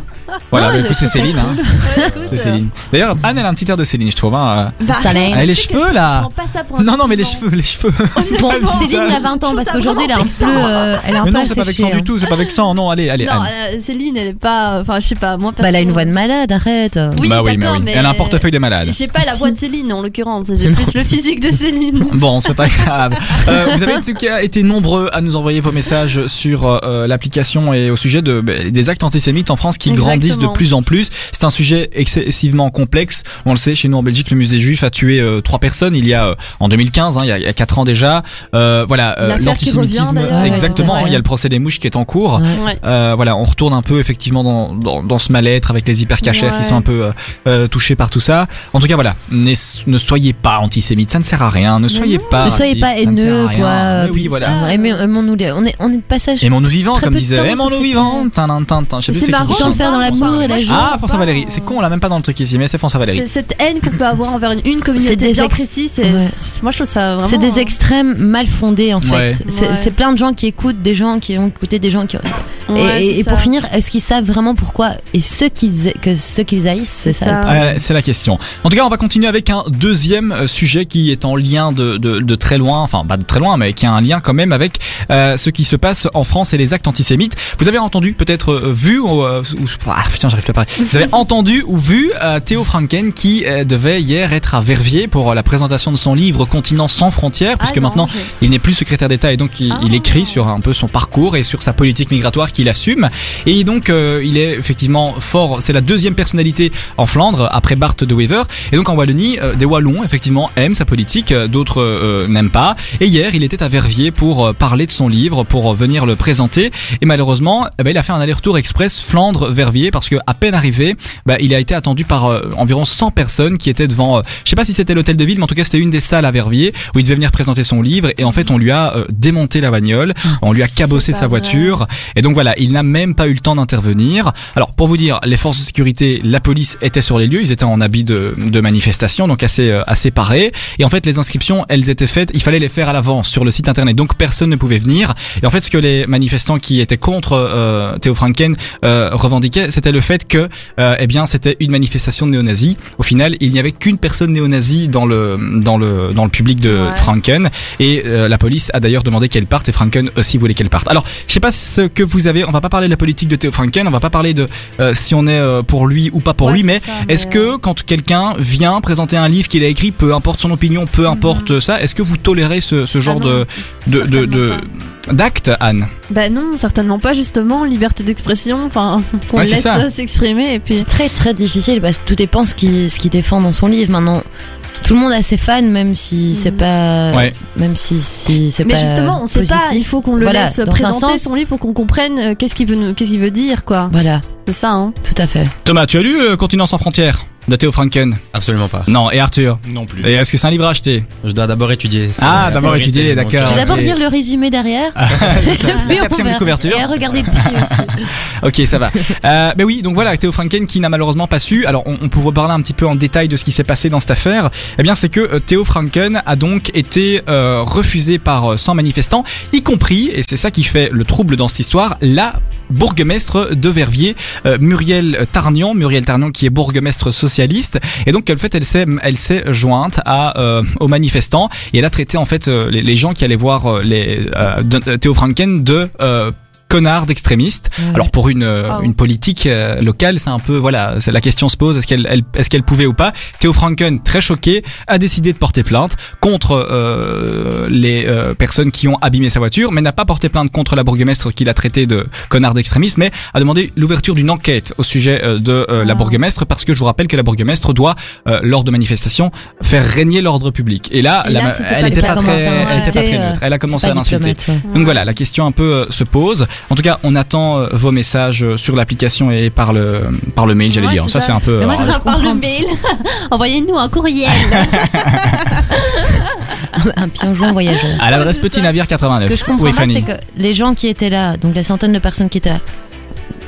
[SPEAKER 2] Voilà,
[SPEAKER 4] Non,
[SPEAKER 2] mais
[SPEAKER 4] je
[SPEAKER 2] du coup, c'est
[SPEAKER 4] trouve ça
[SPEAKER 2] Céline. hein.
[SPEAKER 3] [LAUGHS]
[SPEAKER 2] C'est Céline. D'ailleurs, Anne, elle a un petit air de Céline, je trouve. hein.
[SPEAKER 3] Bah,
[SPEAKER 4] Ça l'est.
[SPEAKER 3] euh, tu
[SPEAKER 2] Elle a les
[SPEAKER 3] sais que
[SPEAKER 2] cheveux,
[SPEAKER 3] je-
[SPEAKER 2] là.
[SPEAKER 3] je prends pas ça pour un
[SPEAKER 2] Non, non, mais les
[SPEAKER 3] compliment.
[SPEAKER 2] cheveux, les cheveux.
[SPEAKER 4] Bon,
[SPEAKER 2] Elle dit ça.
[SPEAKER 4] Céline, il y a 20 ans, parce
[SPEAKER 3] ça
[SPEAKER 4] qu'aujourd'hui, elle est un peu. euh, elle est un
[SPEAKER 2] Mais
[SPEAKER 4] peu
[SPEAKER 2] non, c'est pas
[SPEAKER 4] asséchée,
[SPEAKER 2] vexant
[SPEAKER 4] hein.
[SPEAKER 2] du tout, c'est pas vexant. Non, allez, allez,
[SPEAKER 3] Non,
[SPEAKER 2] Anne.
[SPEAKER 3] euh, Céline, elle est pas. Enfin, je sais pas, moi
[SPEAKER 4] Bah, elle a une voix
[SPEAKER 3] personne-
[SPEAKER 4] de malade, arrête.
[SPEAKER 3] Oui,
[SPEAKER 2] bah oui,
[SPEAKER 3] d'accord,
[SPEAKER 2] oui.
[SPEAKER 3] mais.
[SPEAKER 2] Elle a un portefeuille de malade.
[SPEAKER 3] J'ai pas la voix de Céline en l'occurrence, j'ai plus le physique de Céline.
[SPEAKER 2] [LAUGHS] Bon, c'est pas grave. Euh, vous avez en tout cas été nombreux à nous envoyer vos messages sur euh, l'application et au sujet de, bah, des actes antisémites en France qui
[SPEAKER 3] Exactement.
[SPEAKER 2] grandissent de plus en plus. C'est un sujet excessivement complexe. On le sait, chez nous en Belgique, le musée juif a tué euh, trois personnes il y a euh, en 2015, hein, il, y a, il y a quatre ans déjà. Euh, voilà, euh,
[SPEAKER 3] L'affaire qui
[SPEAKER 2] l'antisémitisme.
[SPEAKER 3] revient, d'ailleurs.
[SPEAKER 2] Exactement, hein,
[SPEAKER 4] Ouais, ouais.
[SPEAKER 2] il y a le procès des mouches qui est en cours.
[SPEAKER 3] Ouais.
[SPEAKER 2] Euh, voilà, on retourne un peu effectivement dans, dans, dans ce mal-être avec les hypercachères
[SPEAKER 3] Ouais.
[SPEAKER 2] qui sont un peu euh, euh, touchés par tout ça. En tout cas, voilà, n'es- ne soyez pas antisémite, ça ne sert à rien. Ne soyez pas,
[SPEAKER 4] Ne
[SPEAKER 2] raciste,
[SPEAKER 4] soyez pas
[SPEAKER 2] Ah, ça ne sert
[SPEAKER 4] haineux,
[SPEAKER 2] à rien. Ah,
[SPEAKER 4] quoi.
[SPEAKER 2] Mais oui, voilà.
[SPEAKER 4] Ça, aimez- Aimons-nous les. On est, on est de passage.
[SPEAKER 2] Aimons-nous vivants,
[SPEAKER 4] Très peu
[SPEAKER 2] comme
[SPEAKER 4] de
[SPEAKER 2] disait.
[SPEAKER 4] temps,
[SPEAKER 2] Aimons-nous
[SPEAKER 4] ça, c'est
[SPEAKER 2] vivants. Tin, tin, tin. Je sais plus
[SPEAKER 3] C'est
[SPEAKER 2] qui
[SPEAKER 3] marrant
[SPEAKER 2] chante.
[SPEAKER 4] Autant le faire dans l'amour et la joie.
[SPEAKER 2] Ah, François Valérie. C'est
[SPEAKER 3] hein,
[SPEAKER 2] con, on l'a même pas dans le truc ici, mais c'est François Valérie.
[SPEAKER 3] C'est cette haine qu'on peut avoir envers une, une communauté
[SPEAKER 4] C'est des
[SPEAKER 3] bien
[SPEAKER 4] ex-
[SPEAKER 3] précise. c'est-
[SPEAKER 4] Ouais.
[SPEAKER 3] c'est- Moi, je trouve ça vraiment.
[SPEAKER 4] C'est des extrêmes mal fondés en fait.
[SPEAKER 2] Ouais.
[SPEAKER 4] C'est
[SPEAKER 3] Ouais.
[SPEAKER 4] c'est plein de gens qui écoutent des gens qui ont écouté des gens qui. ont- Et-
[SPEAKER 3] Ouais,
[SPEAKER 4] et
[SPEAKER 3] c'est
[SPEAKER 4] et pour
[SPEAKER 3] ça.
[SPEAKER 4] finir, est-ce qu'ils savent vraiment pourquoi et ce qu'ils que ce qu'ils haïssent, c'est ça, le
[SPEAKER 2] Euh, c'est la question. En tout cas, on va continuer avec un deuxième euh, sujet qui est en lien de, de, de très loin, enfin pas de très loin, mais qui a un lien quand même avec euh, ce qui se passe en France et les actes antisémites. Vous avez entendu, peut-être euh, vu, ou, euh, ou- ah, putain, j'arrive plus à parler. Vous
[SPEAKER 3] [LAUGHS]
[SPEAKER 2] avez entendu ou vu euh, Théo Franken qui euh, devait hier être à Verviers pour euh, la présentation de son livre Continent sans frontières, puisque
[SPEAKER 3] Ah, non,
[SPEAKER 2] maintenant
[SPEAKER 3] j'ai-
[SPEAKER 2] il n'est plus secrétaire d'État et donc il,
[SPEAKER 3] Ah.
[SPEAKER 2] il écrit sur un peu son parcours et sur sa politique migratoire qu'il assume. Et donc euh, il est effectivement fort, c'est la deuxième personnalité en Flandre après Bart de Wever. Et donc en Wallonie, euh, des Wallons effectivement aiment sa politique, euh, d'autres euh, n'aiment pas. Et hier il était à Verviers pour euh, parler de son livre, pour euh, venir le présenter. Et malheureusement, eh ben, il a fait un aller-retour express Flandre-Verviers parce que à peine arrivé, bah, il a été attendu par euh, environ 100 personnes qui étaient devant, euh, je sais pas si c'était l'hôtel de ville, mais en tout cas c'était une des salles à Verviers où il devait venir présenter son livre et en fait on lui a euh, démonté la bagnole, on lui a cabossé
[SPEAKER 3] pas
[SPEAKER 2] sa
[SPEAKER 3] vrai.
[SPEAKER 2] voiture et donc voilà, il n'a même pas eu le temps d'intervenir. Alors pour vous dire, les forces de sécurité, la police étaient sur les lieux, ils étaient en habit de, de manifestation, donc assez, euh, assez parés et en fait les inscriptions, elles étaient faites, il fallait les faire à l'avance sur le site internet, donc personne ne pouvait venir et en fait ce que les manifestants qui étaient contre euh, Théo Franken euh, revendiquaient, c'était le fait que euh, eh bien c'était une manifestation de néo-nazis. Au final, il n'y avait qu'une personne néo-nazie dans le dans le dans le public de
[SPEAKER 3] Ouais.
[SPEAKER 2] Franken et euh, la police a d'ailleurs demandé qu'elle parte et Franken aussi voulait qu'elle parte. Alors, je sais pas ce que vous avez, on va pas parler de la politique de Théo Franken, on va pas parler de euh, si on est euh, pour lui ou pas pour
[SPEAKER 3] Ouais,
[SPEAKER 2] lui,
[SPEAKER 3] c'est
[SPEAKER 2] mais
[SPEAKER 3] ça, euh,
[SPEAKER 2] est-ce que quand quelqu'un vient présenter un livre qu'il a écrit, peu importe son opinion, peu importe ça, est-ce que vous tolérez ce, ce genre
[SPEAKER 3] Mhm. Ah non,
[SPEAKER 2] de de de- de
[SPEAKER 3] certainement
[SPEAKER 2] d'acte, Anne
[SPEAKER 3] Bah non, certainement pas justement, liberté d'expression, enfin [LAUGHS] qu'on
[SPEAKER 2] Ouais, c'est
[SPEAKER 3] laisse
[SPEAKER 2] ça.
[SPEAKER 3] euh, s'exprimer et puis
[SPEAKER 4] C'est très très difficile parce que tout dépend ce qu'il ce qu'il défend dans son livre. Maintenant, tout le monde a ses fans, même si c'est
[SPEAKER 3] Mhm.
[SPEAKER 4] pas.
[SPEAKER 2] Ouais.
[SPEAKER 4] Même si, si c'est
[SPEAKER 3] mais
[SPEAKER 4] pas.
[SPEAKER 3] justement, on sait pas, il
[SPEAKER 4] positif.
[SPEAKER 3] faut qu'on le
[SPEAKER 4] Voilà,
[SPEAKER 3] laisse
[SPEAKER 4] dans un
[SPEAKER 3] présenter
[SPEAKER 4] sens-
[SPEAKER 3] son livre pour qu'on comprenne euh, qu'est-ce qu'il veut nous- qu'est-ce qu'il veut dire quoi.
[SPEAKER 4] Voilà,
[SPEAKER 3] C'est ça hein.
[SPEAKER 4] tout à fait.
[SPEAKER 2] Thomas, tu as lu euh, Continent sans frontières de Théo Franken
[SPEAKER 6] Absolument pas.
[SPEAKER 2] Non, et Arthur
[SPEAKER 5] Non plus.
[SPEAKER 2] Et est-ce que c'est un livre à acheter
[SPEAKER 6] Je dois d'abord étudier. C'est
[SPEAKER 2] Ah,
[SPEAKER 6] la
[SPEAKER 2] d'abord
[SPEAKER 6] priorité
[SPEAKER 2] étudier,
[SPEAKER 6] de mon
[SPEAKER 2] d'accord.
[SPEAKER 6] cœur.
[SPEAKER 4] Je vais
[SPEAKER 2] Ah,
[SPEAKER 4] d'abord
[SPEAKER 2] et-
[SPEAKER 4] lire le résumé derrière.
[SPEAKER 2] Ah,
[SPEAKER 4] [LAUGHS] Mais au
[SPEAKER 2] Quatrième
[SPEAKER 4] couvert.
[SPEAKER 2] de couverture.
[SPEAKER 4] Et à regarder le prix aussi.
[SPEAKER 2] Ok, ça va. euh, mais oui, donc voilà, Théo Franken qui n'a malheureusement pas su. Alors, on, on pouvait parler un petit peu en détail de ce qui s'est passé dans cette affaire. Eh bien, c'est que euh, Théo Franken a donc été euh, refusé par euh, 100 manifestants, y compris, et c'est ça qui fait le trouble dans cette histoire, la bourgmestre de Verviers, euh, Muriel Tarnion, Muriel Tarnion qui est bourgmestre socialiste. Et donc, en fait, elle s'est, elle s'est jointe à, euh, aux manifestants et elle a traité en fait euh, les, les gens qui allaient voir euh, les, euh, de- euh, Théo Franken de euh, connards, d'extrémistes. [LAUGHS] Alors pour une, euh,
[SPEAKER 3] Ah ouais.
[SPEAKER 2] une politique euh, locale, c'est un peu voilà, c'est- la question se pose est-ce qu'elle elle- est-ce qu'elle pouvait ou pas. Théo Franken, très choqué, a décidé de porter plainte contre euh, les euh, personnes qui ont abîmé sa voiture, mais n'a pas porté plainte contre la bourgmestre qui l'a traité de connard d'extrémiste, mais a demandé l'ouverture d'une enquête au sujet euh, de euh, la
[SPEAKER 3] Ah.
[SPEAKER 2] bourgmestre parce que je vous rappelle que la bourgmestre doit euh, lors de manifestations faire régner l'ordre public. Et là,
[SPEAKER 3] Et
[SPEAKER 2] la-
[SPEAKER 3] là, c'était pas
[SPEAKER 2] elle
[SPEAKER 3] le
[SPEAKER 2] n'était
[SPEAKER 4] cas.
[SPEAKER 2] pas,
[SPEAKER 4] Elle a
[SPEAKER 2] très,
[SPEAKER 4] commencé à
[SPEAKER 2] elle était pas très
[SPEAKER 4] insulter,
[SPEAKER 3] euh,
[SPEAKER 2] neutre. Elle a
[SPEAKER 4] C'est
[SPEAKER 2] commencé
[SPEAKER 4] pas
[SPEAKER 2] à l'insulter.
[SPEAKER 4] diplomate, ouais.
[SPEAKER 2] Donc voilà, la question un peu euh, se pose. En tout cas, on attend euh, vos messages euh, sur l'application et par le par le mail, j'allais
[SPEAKER 3] Ouais,
[SPEAKER 2] dire.
[SPEAKER 3] c'est
[SPEAKER 2] Ça,
[SPEAKER 3] ça.
[SPEAKER 2] c'est un peu.
[SPEAKER 4] Mais moi,
[SPEAKER 2] euh,
[SPEAKER 4] je
[SPEAKER 3] Ah, par le
[SPEAKER 4] comprends.
[SPEAKER 3] mail. [LAUGHS] Envoyez-nous un courriel.
[SPEAKER 2] Ah,
[SPEAKER 4] Un pigeon voyageur.
[SPEAKER 2] à l'adresse
[SPEAKER 3] Ouais, c'est
[SPEAKER 2] petit
[SPEAKER 3] ça.
[SPEAKER 2] navire
[SPEAKER 4] Ce
[SPEAKER 2] 89.
[SPEAKER 4] que je comprends
[SPEAKER 2] oui,
[SPEAKER 4] pas,
[SPEAKER 2] Fanny.
[SPEAKER 4] c'est que les gens qui étaient là, donc la centaine de personnes qui étaient là,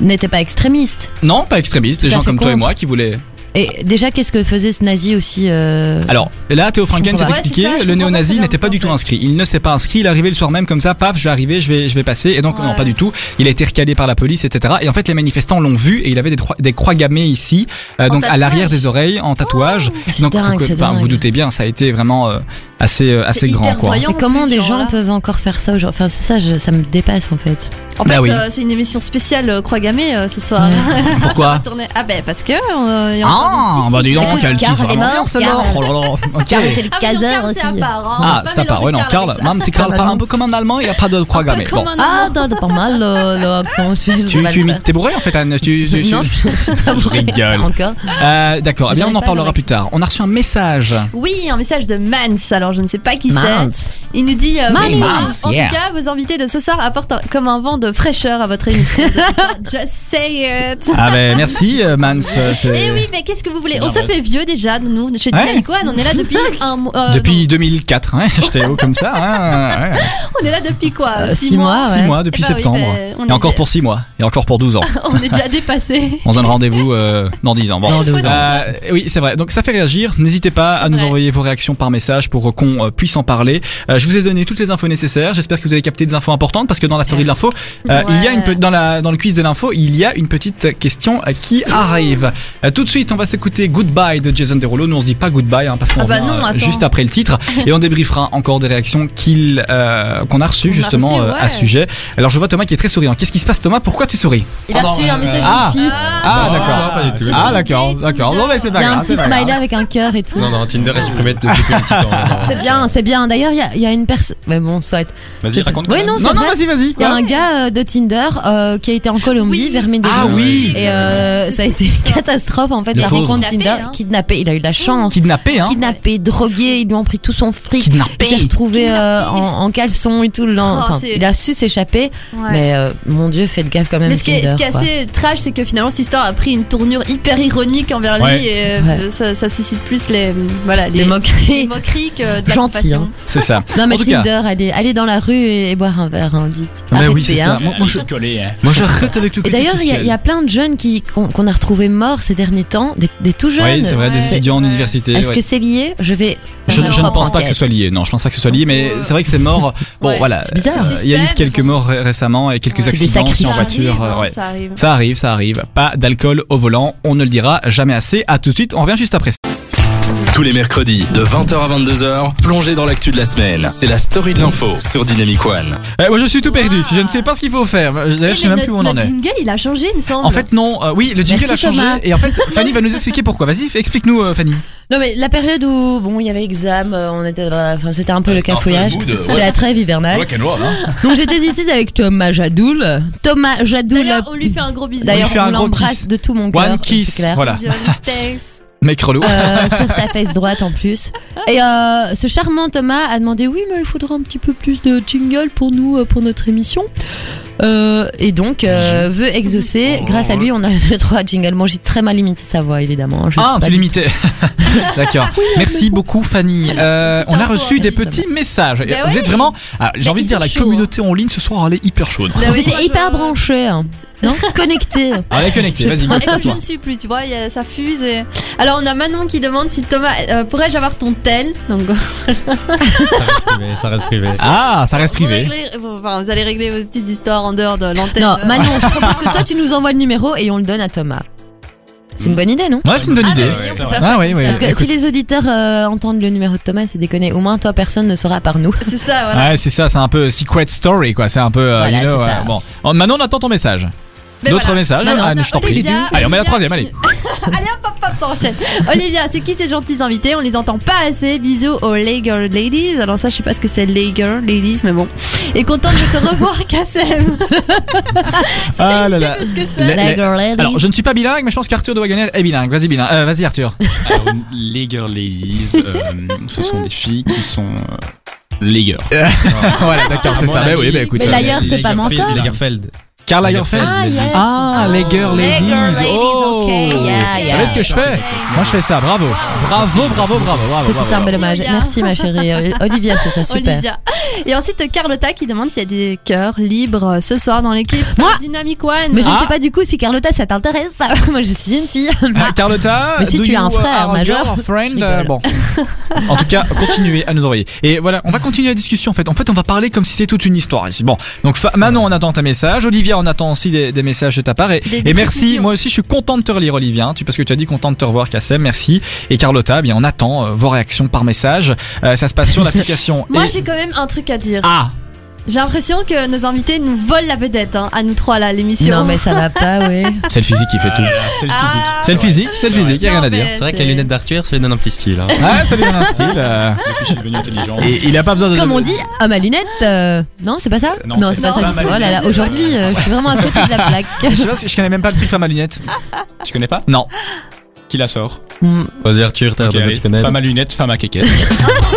[SPEAKER 4] n'étaient pas extrémistes.
[SPEAKER 2] Non, pas extrémiste. Des
[SPEAKER 4] Tout à
[SPEAKER 2] gens
[SPEAKER 4] fait
[SPEAKER 2] comme toi et
[SPEAKER 4] contre.
[SPEAKER 2] moi qui voulaient.
[SPEAKER 4] Et déjà, qu'est-ce que faisait ce nazi aussi euh,
[SPEAKER 2] Alors là, Théo Franken
[SPEAKER 4] comprends
[SPEAKER 2] s'est
[SPEAKER 3] pas. Ouais,
[SPEAKER 2] expliqué.
[SPEAKER 3] c'est ça, je
[SPEAKER 2] le
[SPEAKER 3] comprends pas très
[SPEAKER 2] néo-nazi
[SPEAKER 3] bien,
[SPEAKER 2] n'était pas
[SPEAKER 3] en
[SPEAKER 2] du tout
[SPEAKER 3] fait.
[SPEAKER 2] inscrit. Il ne s'est pas inscrit. Il est arrivé le soir même comme ça. Paf, je vais arriver, je vais, je vais passer. Et donc non,
[SPEAKER 3] Ouais.
[SPEAKER 2] pas du tout. Il a été recalé par la police, etc. Et en fait, les manifestants l'ont vu et il avait des, trois- des croix gammées ici, euh,
[SPEAKER 3] En
[SPEAKER 2] donc à
[SPEAKER 3] tatouage. Oh,
[SPEAKER 2] l'arrière des oreilles, en tatouage.
[SPEAKER 4] C'est
[SPEAKER 2] donc ben,
[SPEAKER 4] dingue,
[SPEAKER 2] vous,
[SPEAKER 4] c'est
[SPEAKER 2] enfin,
[SPEAKER 4] dingue.
[SPEAKER 2] vous doutez bien, ça a été vraiment euh, assez euh, assez
[SPEAKER 3] hyper
[SPEAKER 2] grand quoi.
[SPEAKER 3] voyant.
[SPEAKER 4] Mais comment
[SPEAKER 3] plus,
[SPEAKER 4] des
[SPEAKER 3] genre,
[SPEAKER 4] gens
[SPEAKER 3] là.
[SPEAKER 4] peuvent encore faire ça aujourd'hui Enfin, c'est ça, je- ça me dépasse en fait.
[SPEAKER 3] En fait,
[SPEAKER 2] Bah oui.
[SPEAKER 3] euh, c'est une émission spéciale euh, Croix Gammée euh, ce soir.
[SPEAKER 4] Ouais.
[SPEAKER 2] Pourquoi
[SPEAKER 3] [LAUGHS] Ça va tourner- Ah ben parce que. euh, il y a encore
[SPEAKER 2] Ah,
[SPEAKER 3] des petits
[SPEAKER 2] bah dis
[SPEAKER 3] sujets.
[SPEAKER 2] donc,
[SPEAKER 4] Écoute,
[SPEAKER 2] elle tease
[SPEAKER 4] Karl est
[SPEAKER 2] vraiment bien
[SPEAKER 4] mort,
[SPEAKER 2] celle-là.
[SPEAKER 4] Karl.
[SPEAKER 2] Oh là là, ok.
[SPEAKER 4] C'était le
[SPEAKER 3] Ah, mais non,
[SPEAKER 4] caseur
[SPEAKER 3] Karl, c'est
[SPEAKER 4] aussi.
[SPEAKER 3] à part, hein. On
[SPEAKER 2] Ah,
[SPEAKER 3] peut
[SPEAKER 2] c'est
[SPEAKER 3] pas
[SPEAKER 2] à part, ouais, non,
[SPEAKER 3] mélanger
[SPEAKER 2] Karl,
[SPEAKER 3] avec ça.
[SPEAKER 2] même si Karl parle un peu comme en allemand, il n'y a pas de
[SPEAKER 3] Un
[SPEAKER 2] croix
[SPEAKER 3] peu
[SPEAKER 2] gammée.
[SPEAKER 3] comme
[SPEAKER 2] Bon,
[SPEAKER 3] un
[SPEAKER 4] Ah,
[SPEAKER 3] Allemand.
[SPEAKER 4] t'as t'as pas mal le, le accent. Je suis
[SPEAKER 2] tu, tu imites- t'es bourré en fait, Anne tu, tu- tu-
[SPEAKER 4] Non, je, je suis pas bourrée.
[SPEAKER 2] rigole.
[SPEAKER 4] Encore.
[SPEAKER 2] Euh, D'accord, eh bien on
[SPEAKER 4] J'arrive
[SPEAKER 2] en
[SPEAKER 4] pas
[SPEAKER 2] parlera
[SPEAKER 4] à
[SPEAKER 2] plus tard. On a reçu un message.
[SPEAKER 3] Oui, un message de Mans. Alors je ne sais pas qui c'est.
[SPEAKER 4] Mince.
[SPEAKER 3] Il nous dit euh,
[SPEAKER 4] Mans.
[SPEAKER 3] bonjour.
[SPEAKER 2] Mans,
[SPEAKER 3] En
[SPEAKER 2] yeah.
[SPEAKER 3] tout cas, vos invités de ce soir apportent un- comme un vent de fraîcheur à votre émission.
[SPEAKER 4] [LAUGHS]
[SPEAKER 3] Just say it.
[SPEAKER 2] Ah ben merci euh, Mans. euh, c'est-
[SPEAKER 3] Eh oui, mais qu'est-ce que vous voulez
[SPEAKER 5] C'est
[SPEAKER 3] On se
[SPEAKER 5] normal.
[SPEAKER 3] fait vieux déjà, nous, de chez
[SPEAKER 2] Ouais.
[SPEAKER 3] Dynamic One. On est
[SPEAKER 4] [LAUGHS]
[SPEAKER 3] là depuis un mois. euh,
[SPEAKER 2] Depuis 2004, hein, [LAUGHS] j'étais haut comme ça. hein, ouais.
[SPEAKER 3] non, on est là depuis quoi
[SPEAKER 4] Euh,
[SPEAKER 3] six
[SPEAKER 4] six mois,
[SPEAKER 2] Six
[SPEAKER 4] Ouais.
[SPEAKER 2] mois depuis
[SPEAKER 3] Eh ben oui,
[SPEAKER 2] septembre.
[SPEAKER 3] ben, on
[SPEAKER 2] et
[SPEAKER 3] est
[SPEAKER 2] encore
[SPEAKER 3] des-
[SPEAKER 2] pour six mois. Et encore pour 12 ans.
[SPEAKER 3] On est
[SPEAKER 2] [LAUGHS]
[SPEAKER 3] déjà dépassé.
[SPEAKER 2] On se donne rendez-vous euh, dans 10 ans. Bon.
[SPEAKER 4] Dans deux ans.
[SPEAKER 2] Euh, oui, c'est vrai. Donc ça fait réagir. N'hésitez pas à
[SPEAKER 3] C'est
[SPEAKER 2] nous
[SPEAKER 3] vrai.
[SPEAKER 2] envoyer vos réactions par message pour euh, qu'on euh, puisse en parler. Euh, je vous ai donné toutes les infos nécessaires. J'espère que vous avez capté des infos importantes parce que dans la story de l'info, euh, il y a une pe- dans la dans le quiz de l'info, il y a une petite question euh, qui arrive. Euh, tout de suite, on va s'écouter Goodbye de Jason Derulo. Nous on se dit pas Goodbye hein, parce qu'on
[SPEAKER 3] Ah bah
[SPEAKER 2] revient,
[SPEAKER 3] non,
[SPEAKER 2] euh,
[SPEAKER 3] attends.
[SPEAKER 2] juste après le titre et on débriefera encore des réactions qu'il euh, qu'on a reçues
[SPEAKER 3] On a
[SPEAKER 2] justement
[SPEAKER 3] reçues,
[SPEAKER 2] euh, à
[SPEAKER 3] ouais.
[SPEAKER 2] ce sujet. Alors je vois Thomas qui est très souriant. Qu'est-ce qui se passe Thomas Pourquoi tu souris
[SPEAKER 3] Il a reçu un message
[SPEAKER 2] Ah.
[SPEAKER 3] d'une fille.
[SPEAKER 2] Ah d'accord.
[SPEAKER 6] pas du tout.
[SPEAKER 2] Ah d'accord,
[SPEAKER 3] Tinder.
[SPEAKER 2] d'accord. Non mais c'est
[SPEAKER 4] Il
[SPEAKER 2] pas
[SPEAKER 4] y a
[SPEAKER 2] grave.
[SPEAKER 4] euh, un
[SPEAKER 2] c'est
[SPEAKER 4] petit
[SPEAKER 2] pas grave.
[SPEAKER 4] smiley avec un cœur et tout.
[SPEAKER 6] Non, non, Tinder est supprimé depuis le petit temps.
[SPEAKER 4] C'est bien, c'est bien. D'ailleurs, il y a- il y, a une personne. Mais bon, soit.
[SPEAKER 5] Vas-y, raconte.
[SPEAKER 4] Oui, non, c'est
[SPEAKER 2] Non non
[SPEAKER 4] vrai.
[SPEAKER 2] vas-y vas-y. Hein.
[SPEAKER 4] Il y a
[SPEAKER 2] quoi.
[SPEAKER 4] un gars euh, de Tinder euh, qui a été en Colombie
[SPEAKER 3] Oui.
[SPEAKER 4] vers Medellin.
[SPEAKER 2] Ah oui.
[SPEAKER 4] Et euh, ça a été une catastrophe en fait.
[SPEAKER 6] Le
[SPEAKER 4] La
[SPEAKER 6] pauvre.
[SPEAKER 4] rencontre
[SPEAKER 3] Kidnappé,
[SPEAKER 4] Tinder,
[SPEAKER 3] hein.
[SPEAKER 4] kidnappé. Il a eu de la chance.
[SPEAKER 2] Kidnappé hein.
[SPEAKER 4] Kidnappé, drogué, ils lui ont pris tout son fric. Il s'est
[SPEAKER 2] Kidnappé.
[SPEAKER 4] retrouvé euh, en, en caleçon et tout le lendemain.
[SPEAKER 3] Oh,
[SPEAKER 4] Enfin,
[SPEAKER 3] c'est-
[SPEAKER 4] il a su s'échapper,
[SPEAKER 3] Ouais.
[SPEAKER 4] mais euh, mon dieu, faites gaffe quand même.
[SPEAKER 3] Mais ce qui est, ce qui est
[SPEAKER 4] Tinder, quoi.
[SPEAKER 3] assez trash, c'est que finalement cette histoire a pris une tournure hyper ironique envers
[SPEAKER 2] Ouais.
[SPEAKER 3] lui et euh,
[SPEAKER 4] Ouais.
[SPEAKER 3] ça, ça suscite plus les, voilà, les,
[SPEAKER 4] Les
[SPEAKER 3] les
[SPEAKER 4] moqueries.
[SPEAKER 3] moqueries que de la
[SPEAKER 4] Gentil,
[SPEAKER 3] compassion.
[SPEAKER 4] hein.
[SPEAKER 2] C'est ça.
[SPEAKER 4] Non, mais
[SPEAKER 2] En tout cas.
[SPEAKER 4] Tinder, allez, allez dans la rue et, et boire un verre, hein, dites.
[SPEAKER 2] Mais oui,
[SPEAKER 4] Arrêtez,
[SPEAKER 2] c'est ça.
[SPEAKER 4] hein.
[SPEAKER 2] Moi, moi, je,
[SPEAKER 5] collé, hein.
[SPEAKER 2] moi, j'arrête avec le
[SPEAKER 4] Et
[SPEAKER 2] côté
[SPEAKER 4] d'ailleurs, il y a- il y, a
[SPEAKER 2] social.
[SPEAKER 4] plein de jeunes qui qu'on qu'on a retrouvés morts ces derniers temps, des, des tout jeunes.
[SPEAKER 2] Oui, c'est vrai, des
[SPEAKER 3] Ouais.
[SPEAKER 2] étudiants en université.
[SPEAKER 4] euh, Est-ce
[SPEAKER 2] ouais.
[SPEAKER 4] que c'est lié Je vais.
[SPEAKER 2] Je,
[SPEAKER 4] faire
[SPEAKER 2] je ne pense
[SPEAKER 4] leur propre
[SPEAKER 2] pas que ce
[SPEAKER 4] enquête. Oh.
[SPEAKER 2] soit lié. Non, je pense pas que ce soit lié, mais
[SPEAKER 3] Ouais.
[SPEAKER 2] c'est vrai que c'est mort. Bon,
[SPEAKER 3] Ouais.
[SPEAKER 2] voilà.
[SPEAKER 4] C'est bizarre.
[SPEAKER 2] Euh, Il y a eu
[SPEAKER 3] Suspect,
[SPEAKER 2] quelques
[SPEAKER 3] mais bon.
[SPEAKER 2] morts ré- récemment et quelques
[SPEAKER 4] C'est des
[SPEAKER 2] accidents aussi en
[SPEAKER 3] Ça
[SPEAKER 4] sacrifices.
[SPEAKER 2] voiture.
[SPEAKER 3] arrive,
[SPEAKER 2] euh,
[SPEAKER 3] hein,
[SPEAKER 2] ouais.
[SPEAKER 3] ça arrive.
[SPEAKER 2] Ça arrive, ça arrive. Pas d'alcool au volant, on ne le dira jamais assez. À tout de suite, on revient juste après.
[SPEAKER 1] Tous les mercredis, de 20h à 22h, plongez dans l'actu de la semaine. C'est la story de l'info sur Dynamic One.
[SPEAKER 2] Eh, moi, je suis tout perdu.
[SPEAKER 3] Wow.
[SPEAKER 2] Si je ne sais pas ce qu'il faut faire, d'ailleurs, je
[SPEAKER 3] Eh,
[SPEAKER 2] sais
[SPEAKER 3] mais
[SPEAKER 2] même plus où on
[SPEAKER 3] notre-
[SPEAKER 2] en
[SPEAKER 3] notre
[SPEAKER 2] est.
[SPEAKER 3] jingle, il a changé, il me semble.
[SPEAKER 2] En fait, non. euh, oui, le jingle
[SPEAKER 4] Merci,
[SPEAKER 2] a changé.
[SPEAKER 4] Thomas.
[SPEAKER 2] Et
[SPEAKER 4] [LAUGHS]
[SPEAKER 2] en fait, Fanny va nous expliquer pourquoi. Vas-y, explique-nous, euh, Fanny.
[SPEAKER 4] Non, mais la période où bon, il y avait exam, euh, on était, enfin, c'était un peu le cafouillage.
[SPEAKER 2] euh,
[SPEAKER 4] C'était la trêve hivernale.
[SPEAKER 2] hein.
[SPEAKER 4] [LAUGHS] Donc j'étais ici avec Thomas Jadoul. Thomas Jadoul.
[SPEAKER 3] D'ailleurs, on lui fait un gros bisou.
[SPEAKER 4] D'ailleurs,
[SPEAKER 2] On lui fait
[SPEAKER 4] on
[SPEAKER 2] un gros
[SPEAKER 4] l'embrasse
[SPEAKER 2] kiss.
[SPEAKER 4] de tout mon cœur.
[SPEAKER 2] One kiss.
[SPEAKER 4] c'est clair.
[SPEAKER 2] Voilà.
[SPEAKER 3] Bisous, [LAUGHS] thanks.
[SPEAKER 2] Mec relou.
[SPEAKER 4] Euh, sur ta fesse droite en plus. Et euh, ce charmant Thomas a demandé oui mais il faudra un petit peu plus de jingle pour nous euh, pour notre émission. Euh, et donc euh, veut exaucer.
[SPEAKER 2] Oh,
[SPEAKER 4] Grâce à lui on a [LAUGHS] eu deux, trois jingles. Moi j'ai très mal imité sa voix évidemment. hein. Je
[SPEAKER 2] Ah,
[SPEAKER 4] suis pas
[SPEAKER 2] tu
[SPEAKER 4] du-
[SPEAKER 2] l'imitais. [LAUGHS] D'accord. Merci beaucoup, Fanny. Euh, on a
[SPEAKER 3] info,
[SPEAKER 2] reçu des
[SPEAKER 4] merci,
[SPEAKER 2] petits messages.
[SPEAKER 3] Ben
[SPEAKER 2] Vous
[SPEAKER 3] oui.
[SPEAKER 2] êtes vraiment. ah, J'ai
[SPEAKER 3] Ben,
[SPEAKER 2] envie de
[SPEAKER 3] ils
[SPEAKER 2] dire,
[SPEAKER 3] sont
[SPEAKER 2] la
[SPEAKER 3] chauds,
[SPEAKER 2] communauté en ligne ce soir, elle est hyper chaude.
[SPEAKER 3] Bah
[SPEAKER 4] On
[SPEAKER 3] oui, moi,
[SPEAKER 4] était
[SPEAKER 3] je-
[SPEAKER 4] hyper
[SPEAKER 3] [LAUGHS]
[SPEAKER 4] branchés. hein. Non connectés.
[SPEAKER 2] Allez, connecté, vas-y,
[SPEAKER 3] Et comme
[SPEAKER 4] [LAUGHS]
[SPEAKER 3] je
[SPEAKER 2] toi
[SPEAKER 3] ne suis plus, tu vois, il y a- ça fuse. et- Alors, on a Manon qui demande si Thomas, euh, pourrais-je avoir ton tel Donc,
[SPEAKER 6] Ça reste privé, ça reste privé.
[SPEAKER 2] Ah, ça reste
[SPEAKER 3] vous,
[SPEAKER 2] privé.
[SPEAKER 3] réglez- vous- enfin, vous allez régler vos petites histoires en dehors de l'antenne.
[SPEAKER 4] Non
[SPEAKER 3] Euh,
[SPEAKER 4] Manon je propose que toi tu nous envoies le numéro et on le donne à Thomas. C'est une bonne idée non
[SPEAKER 2] Ouais, c'est une bonne
[SPEAKER 3] Ah,
[SPEAKER 2] idée.
[SPEAKER 3] bah oui, on peut
[SPEAKER 5] Ah,
[SPEAKER 3] faire ça
[SPEAKER 2] oui,
[SPEAKER 3] comme
[SPEAKER 2] Mm. oui,
[SPEAKER 3] ça.
[SPEAKER 4] Parce que si
[SPEAKER 2] Écoute.
[SPEAKER 4] les auditeurs euh, entendent le numéro de Thomas c'est déconné. Au moins toi personne ne saura par nous.
[SPEAKER 3] C'est ça, voilà.
[SPEAKER 2] Ouais, c'est ça, c'est un peu secret story, quoi. C'est un peu. euh,
[SPEAKER 4] Voilà,
[SPEAKER 2] you know,
[SPEAKER 4] c'est ça. Ben
[SPEAKER 2] euh, bon. Oh, Maintenant, on attend ton message.
[SPEAKER 3] Mais
[SPEAKER 2] D'autres
[SPEAKER 3] voilà.
[SPEAKER 2] messages
[SPEAKER 4] Manon,
[SPEAKER 2] Anne, Ah, je t'en prie.
[SPEAKER 3] Olivia,
[SPEAKER 2] Allez, on met la
[SPEAKER 3] Olivia
[SPEAKER 2] troisième, allez.
[SPEAKER 3] qui- allez, hop, hop, hop, ça enchaîne. Olivia, c'est qui ces gentils invités On les entend pas assez. Bisous aux Lager Ladies. Alors, ça, je sais pas ce que c'est Lager Ladies, mais bon. Et contente de te [LAUGHS] revoir, Kassem.
[SPEAKER 2] Ah là
[SPEAKER 3] Indiquez
[SPEAKER 2] là.
[SPEAKER 3] ce que
[SPEAKER 2] Les-
[SPEAKER 3] c'est.
[SPEAKER 4] La
[SPEAKER 2] les-
[SPEAKER 4] girl lady.
[SPEAKER 2] Alors, je ne suis pas bilingue, mais je pense qu'Arthur doit gagner. est bilingue, vas-y, bilingue. Euh, vas-y, Arthur.
[SPEAKER 5] Alors, les girl ladies, euh, ce sont des filles qui sont euh, les girls.
[SPEAKER 2] voilà, d'accord, c'est
[SPEAKER 6] Ah, mon
[SPEAKER 2] ça. Bah
[SPEAKER 6] avis,
[SPEAKER 2] oui, bah écoute.
[SPEAKER 4] Mais
[SPEAKER 2] ça,
[SPEAKER 4] l'ailleurs,
[SPEAKER 2] merci.
[SPEAKER 4] c'est pas menteur.
[SPEAKER 6] Lagerfeld.
[SPEAKER 2] Karl Lagerfeld.
[SPEAKER 4] Ah, yes.
[SPEAKER 2] Ah, les girl
[SPEAKER 3] Les
[SPEAKER 2] ladies.
[SPEAKER 3] girl ladies,
[SPEAKER 2] oh.
[SPEAKER 3] ok, yeah,
[SPEAKER 2] Vous
[SPEAKER 3] yeah.
[SPEAKER 2] savez ce que je fais
[SPEAKER 3] ah.
[SPEAKER 2] Moi, je fais ça. Bravo. Bravo, bravo, bravo, bravo.
[SPEAKER 4] C'était un
[SPEAKER 2] bravo.
[SPEAKER 4] bel hommage.
[SPEAKER 3] Olivia.
[SPEAKER 4] Merci ma chérie. Oli- Olivia, c'est ça, super.
[SPEAKER 3] Olivia. Et ensuite, Carlotta qui demande s'il y a des cœurs libres ce soir dans l'équipe. Euh,
[SPEAKER 4] Moi
[SPEAKER 3] Dynamic One.
[SPEAKER 4] Mais je ne
[SPEAKER 2] Ah.
[SPEAKER 4] sais pas du coup si Carlotta ça t'intéresse. [LAUGHS] ça. Moi je suis une fille.
[SPEAKER 2] Ah, Carlotta,
[SPEAKER 4] Mais si
[SPEAKER 2] do
[SPEAKER 4] tu as un
[SPEAKER 2] you, uh,
[SPEAKER 4] frère
[SPEAKER 2] are a
[SPEAKER 4] majeur,
[SPEAKER 2] girl or friend,
[SPEAKER 4] je
[SPEAKER 2] euh,
[SPEAKER 4] rigole.
[SPEAKER 2] bon. En tout cas, continuez à nous envoyer. Et voilà, on va continuer la discussion en fait. En fait, on va parler comme si c'était toute une histoire ici. Bon, donc Fa- Manon, on attend ta message. Olivia, on attend aussi des, des messages de ta part. Et,
[SPEAKER 3] Des-
[SPEAKER 2] et
[SPEAKER 3] des
[SPEAKER 2] merci.
[SPEAKER 3] précisions.
[SPEAKER 2] Moi aussi, je suis content de te relire, Olivia. hein, tu, parce que tu as dit content de te revoir, Kassem. Merci. Et Carlotta, eh bien, on attend euh, vos réactions par message. Euh, ça se passe sur l'application.
[SPEAKER 3] [LAUGHS] Moi,
[SPEAKER 2] et-
[SPEAKER 3] j'ai quand même un truc à dire.
[SPEAKER 2] Ah,
[SPEAKER 3] J'ai l'impression que nos invités nous volent la vedette, hein, à nous trois là, à l'émission.
[SPEAKER 4] Non mais ça va pas, ouais.
[SPEAKER 2] c'est le physique qui fait tout.
[SPEAKER 5] C'est le physique.
[SPEAKER 3] Ah,
[SPEAKER 2] C'est le physique, c'est le
[SPEAKER 5] C'est vrai.
[SPEAKER 2] physique, y a rien à dire.
[SPEAKER 6] C'est vrai que les lunettes d'Arthur, ça lui donne un petit style. hein.
[SPEAKER 2] Ah, ça lui donne un style. euh,
[SPEAKER 5] Depuis, je suis devenu intelligent.
[SPEAKER 2] et il a pas besoin de.
[SPEAKER 4] [LAUGHS] Comme on dit, à ma lunette. euh, Non, c'est pas ça
[SPEAKER 5] Non,
[SPEAKER 4] c'est
[SPEAKER 5] c'est
[SPEAKER 4] pas
[SPEAKER 3] pas
[SPEAKER 4] ça
[SPEAKER 3] ma
[SPEAKER 4] du tout. Oh là là,
[SPEAKER 3] lunette.
[SPEAKER 4] aujourd'hui, euh, je suis vraiment à côté de la plaque.
[SPEAKER 2] [LAUGHS] Je sais pas, je connais même pas le truc femme à lunettes.
[SPEAKER 5] Tu connais pas
[SPEAKER 2] Non.
[SPEAKER 5] Qui la sort
[SPEAKER 4] Mm.
[SPEAKER 6] Vas-y Arthur, t'as
[SPEAKER 5] Ok,
[SPEAKER 6] l'air de
[SPEAKER 5] allez.
[SPEAKER 6] te connaître.
[SPEAKER 5] Femme à lunettes, femme à kékette.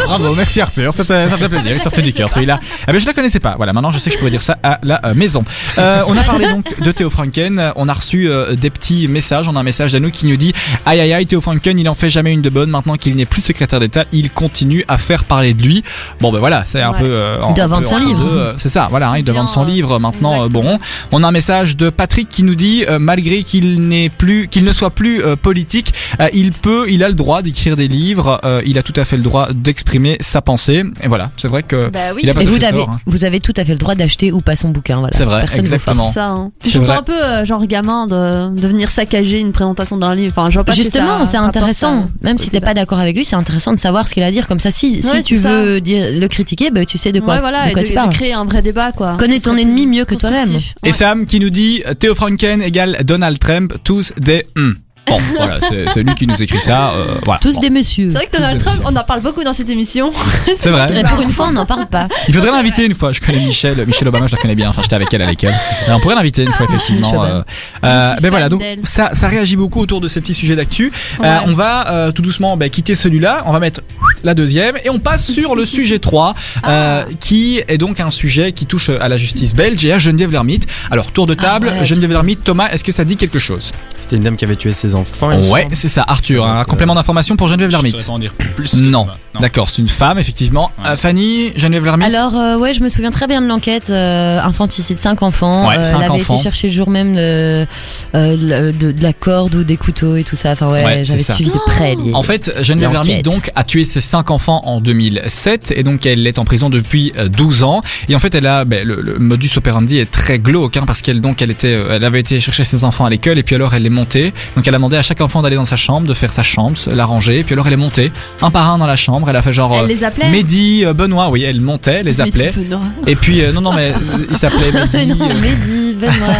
[SPEAKER 2] Bravo, merci Arthur, ça t'a- ça me fait plaisir, il sortait du cœur celui-là. Ah ben je la connaissais pas, voilà, maintenant je sais que je pourrais dire ça à la euh, maison. Euh, on a parlé donc de Théo Franken, on a reçu euh, des petits messages, on a un message d'Anou qui nous dit « Aïe aïe aïe, Théo Franken, il en fait jamais une de bonne, maintenant qu'il n'est plus secrétaire d'État, il continue à faire parler de lui. » Bon ben voilà, c'est un
[SPEAKER 3] Ouais.
[SPEAKER 2] peu... euh, en-
[SPEAKER 4] Il doit
[SPEAKER 2] un
[SPEAKER 4] vendre
[SPEAKER 2] peu
[SPEAKER 4] son
[SPEAKER 2] en
[SPEAKER 4] livre.
[SPEAKER 2] deux, euh, C'est ça, voilà, hein, il doit
[SPEAKER 3] Bien,
[SPEAKER 2] vendre son
[SPEAKER 3] euh,
[SPEAKER 2] livre maintenant, euh,
[SPEAKER 3] exactement.
[SPEAKER 2] bon. On a un message de Patrick qui nous dit euh, Malgré qu'il n'est plus, qu'il ne soit plus euh, politique, politique. Euh, il peut, il a le droit d'écrire des livres, euh, il a tout à fait le droit d'exprimer sa pensée. Et voilà, c'est vrai que
[SPEAKER 3] Bah oui,
[SPEAKER 2] il a pas
[SPEAKER 4] Et
[SPEAKER 2] tout à
[SPEAKER 4] vous
[SPEAKER 2] fait
[SPEAKER 4] avez,
[SPEAKER 2] tort, hein.
[SPEAKER 4] vous avez tout à fait le droit d'acheter ou pas son bouquin. Voilà.
[SPEAKER 2] C'est vrai,
[SPEAKER 4] Personne ne vous force.
[SPEAKER 2] exactement.
[SPEAKER 3] c'est ça. hein. Puis
[SPEAKER 2] C'est
[SPEAKER 3] je me sens
[SPEAKER 2] vrai.
[SPEAKER 3] un peu euh, genre gamin de, de venir saccager une présentation d'un livre. Enfin, je vois pas ce que
[SPEAKER 4] Justement,
[SPEAKER 3] ça
[SPEAKER 4] c'est
[SPEAKER 3] rapporte euh,
[SPEAKER 4] intéressant.
[SPEAKER 3] à-
[SPEAKER 4] Même
[SPEAKER 3] au
[SPEAKER 4] si t'es
[SPEAKER 3] débat.
[SPEAKER 4] pas d'accord avec lui, c'est intéressant de savoir ce qu'il a à dire. Comme ça, si,
[SPEAKER 3] Ouais,
[SPEAKER 4] si tu
[SPEAKER 3] c'est ça.
[SPEAKER 4] veux dire, le critiquer, bah, tu sais de quoi,
[SPEAKER 3] ouais, voilà,
[SPEAKER 4] de quoi
[SPEAKER 3] et de,
[SPEAKER 4] tu
[SPEAKER 3] de
[SPEAKER 4] parles.
[SPEAKER 3] créer un vrai débat, quoi.
[SPEAKER 4] Connais
[SPEAKER 3] Ce
[SPEAKER 4] ton
[SPEAKER 3] serait
[SPEAKER 4] ennemi
[SPEAKER 3] plus
[SPEAKER 4] mieux que toi-même.
[SPEAKER 3] constructif.
[SPEAKER 2] Et
[SPEAKER 3] Ouais.
[SPEAKER 2] Sam qui nous dit Théo Franken égale Donald Trump, tous des hum. Bon, voilà, c'est c'est lui qui nous écrit ça. euh, voilà.
[SPEAKER 4] Tous
[SPEAKER 2] Bon.
[SPEAKER 4] des messieurs.
[SPEAKER 3] C'est vrai que Donald Trump, on en parle beaucoup dans cette émission.
[SPEAKER 2] C'est vrai.
[SPEAKER 4] Et pour une fois, on n'en parle pas.
[SPEAKER 2] Il faudrait l'inviter une fois. Je connais Michelle, Michelle Obama, je la connais bien. Enfin, j'étais avec elle à l'école. Euh, On pourrait l'inviter une fois, effectivement.
[SPEAKER 4] Michelle
[SPEAKER 2] euh, euh,
[SPEAKER 3] Ah, Je suis
[SPEAKER 2] ben voilà,
[SPEAKER 3] fan
[SPEAKER 2] donc
[SPEAKER 3] d'elle.
[SPEAKER 2] ça, ça réagit beaucoup autour de ces petits sujets d'actu. Euh, on va euh, tout doucement ben, quitter celui-là. On va mettre la deuxième et on passe sur le sujet 3 euh,
[SPEAKER 3] Ah.
[SPEAKER 2] qui est donc un sujet qui touche euh, à la justice belge et à Geneviève Lermite. Alors tour de
[SPEAKER 3] Ah,
[SPEAKER 2] table,
[SPEAKER 4] ouais.
[SPEAKER 2] Geneviève Lermite, Thomas, est-ce que ça dit quelque chose
[SPEAKER 6] C'était une dame qui avait tué ses enfants. il me
[SPEAKER 2] Ouais,
[SPEAKER 6] semble.
[SPEAKER 2] c'est ça, Arthur.
[SPEAKER 6] Donc,
[SPEAKER 2] Un
[SPEAKER 6] euh,
[SPEAKER 2] complément d'information pour Geneviève
[SPEAKER 5] Je saurais
[SPEAKER 2] Lermite.
[SPEAKER 5] pas en dire plus. que
[SPEAKER 2] Non,
[SPEAKER 5] toi.
[SPEAKER 2] d'accord, c'est une femme effectivement.
[SPEAKER 5] Ouais.
[SPEAKER 2] Euh, Fanny, Geneviève Lermite.
[SPEAKER 4] Alors, euh, ouais, je me souviens très bien de l'enquête. euh, infanticide, 5 enfants.
[SPEAKER 2] Ouais,
[SPEAKER 4] Euh,
[SPEAKER 2] cinq
[SPEAKER 4] elle avait
[SPEAKER 2] enfants.
[SPEAKER 4] été chercher le jour même euh, euh, de, la- de- de la corde ou des couteaux et tout ça. Enfin, ouais,
[SPEAKER 2] Ouais, c'est
[SPEAKER 4] j'avais
[SPEAKER 2] ça.
[SPEAKER 4] suivi de près. les-
[SPEAKER 2] En fait, Geneviève
[SPEAKER 4] L'enquête.
[SPEAKER 2] Lermite donc a tué ses cinq enfants en 2007 et donc elle est en prison depuis euh, 12 ans. Et en fait, elle a ben, le, le modus operandi est très glauque hein, parce qu'elle donc elle était, euh, elle avait été chercher ses enfants à l'école et puis alors elle les montait. Donc elle a demandé à chaque enfant d'aller dans sa chambre, de faire sa chambre, se la ranger. Et puis alors elle est montée un par un dans la chambre. Elle a fait genre
[SPEAKER 3] Elle
[SPEAKER 2] euh,
[SPEAKER 3] les appelait.
[SPEAKER 2] Mehdi, euh, Benoît, oui, elle montait, les
[SPEAKER 3] Mais
[SPEAKER 2] appelait.
[SPEAKER 3] tu peux,
[SPEAKER 4] [LAUGHS]
[SPEAKER 3] non.
[SPEAKER 2] Et puis euh, non non mais euh, il s'appelait Mehdi.
[SPEAKER 4] non,
[SPEAKER 2] euh,
[SPEAKER 4] Mehdi, Benoît.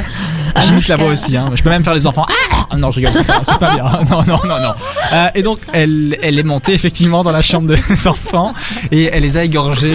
[SPEAKER 3] Ah,
[SPEAKER 2] J'imite la
[SPEAKER 4] Anushka.
[SPEAKER 2] voix aussi, hein. je peux même faire les enfants. Ah non, je rigole, c'est pas, c'est pas bien. [LAUGHS] Non, non, non, non. Euh, et donc, elle, elle est montée effectivement dans la chambre de ses enfants et elle les a égorgés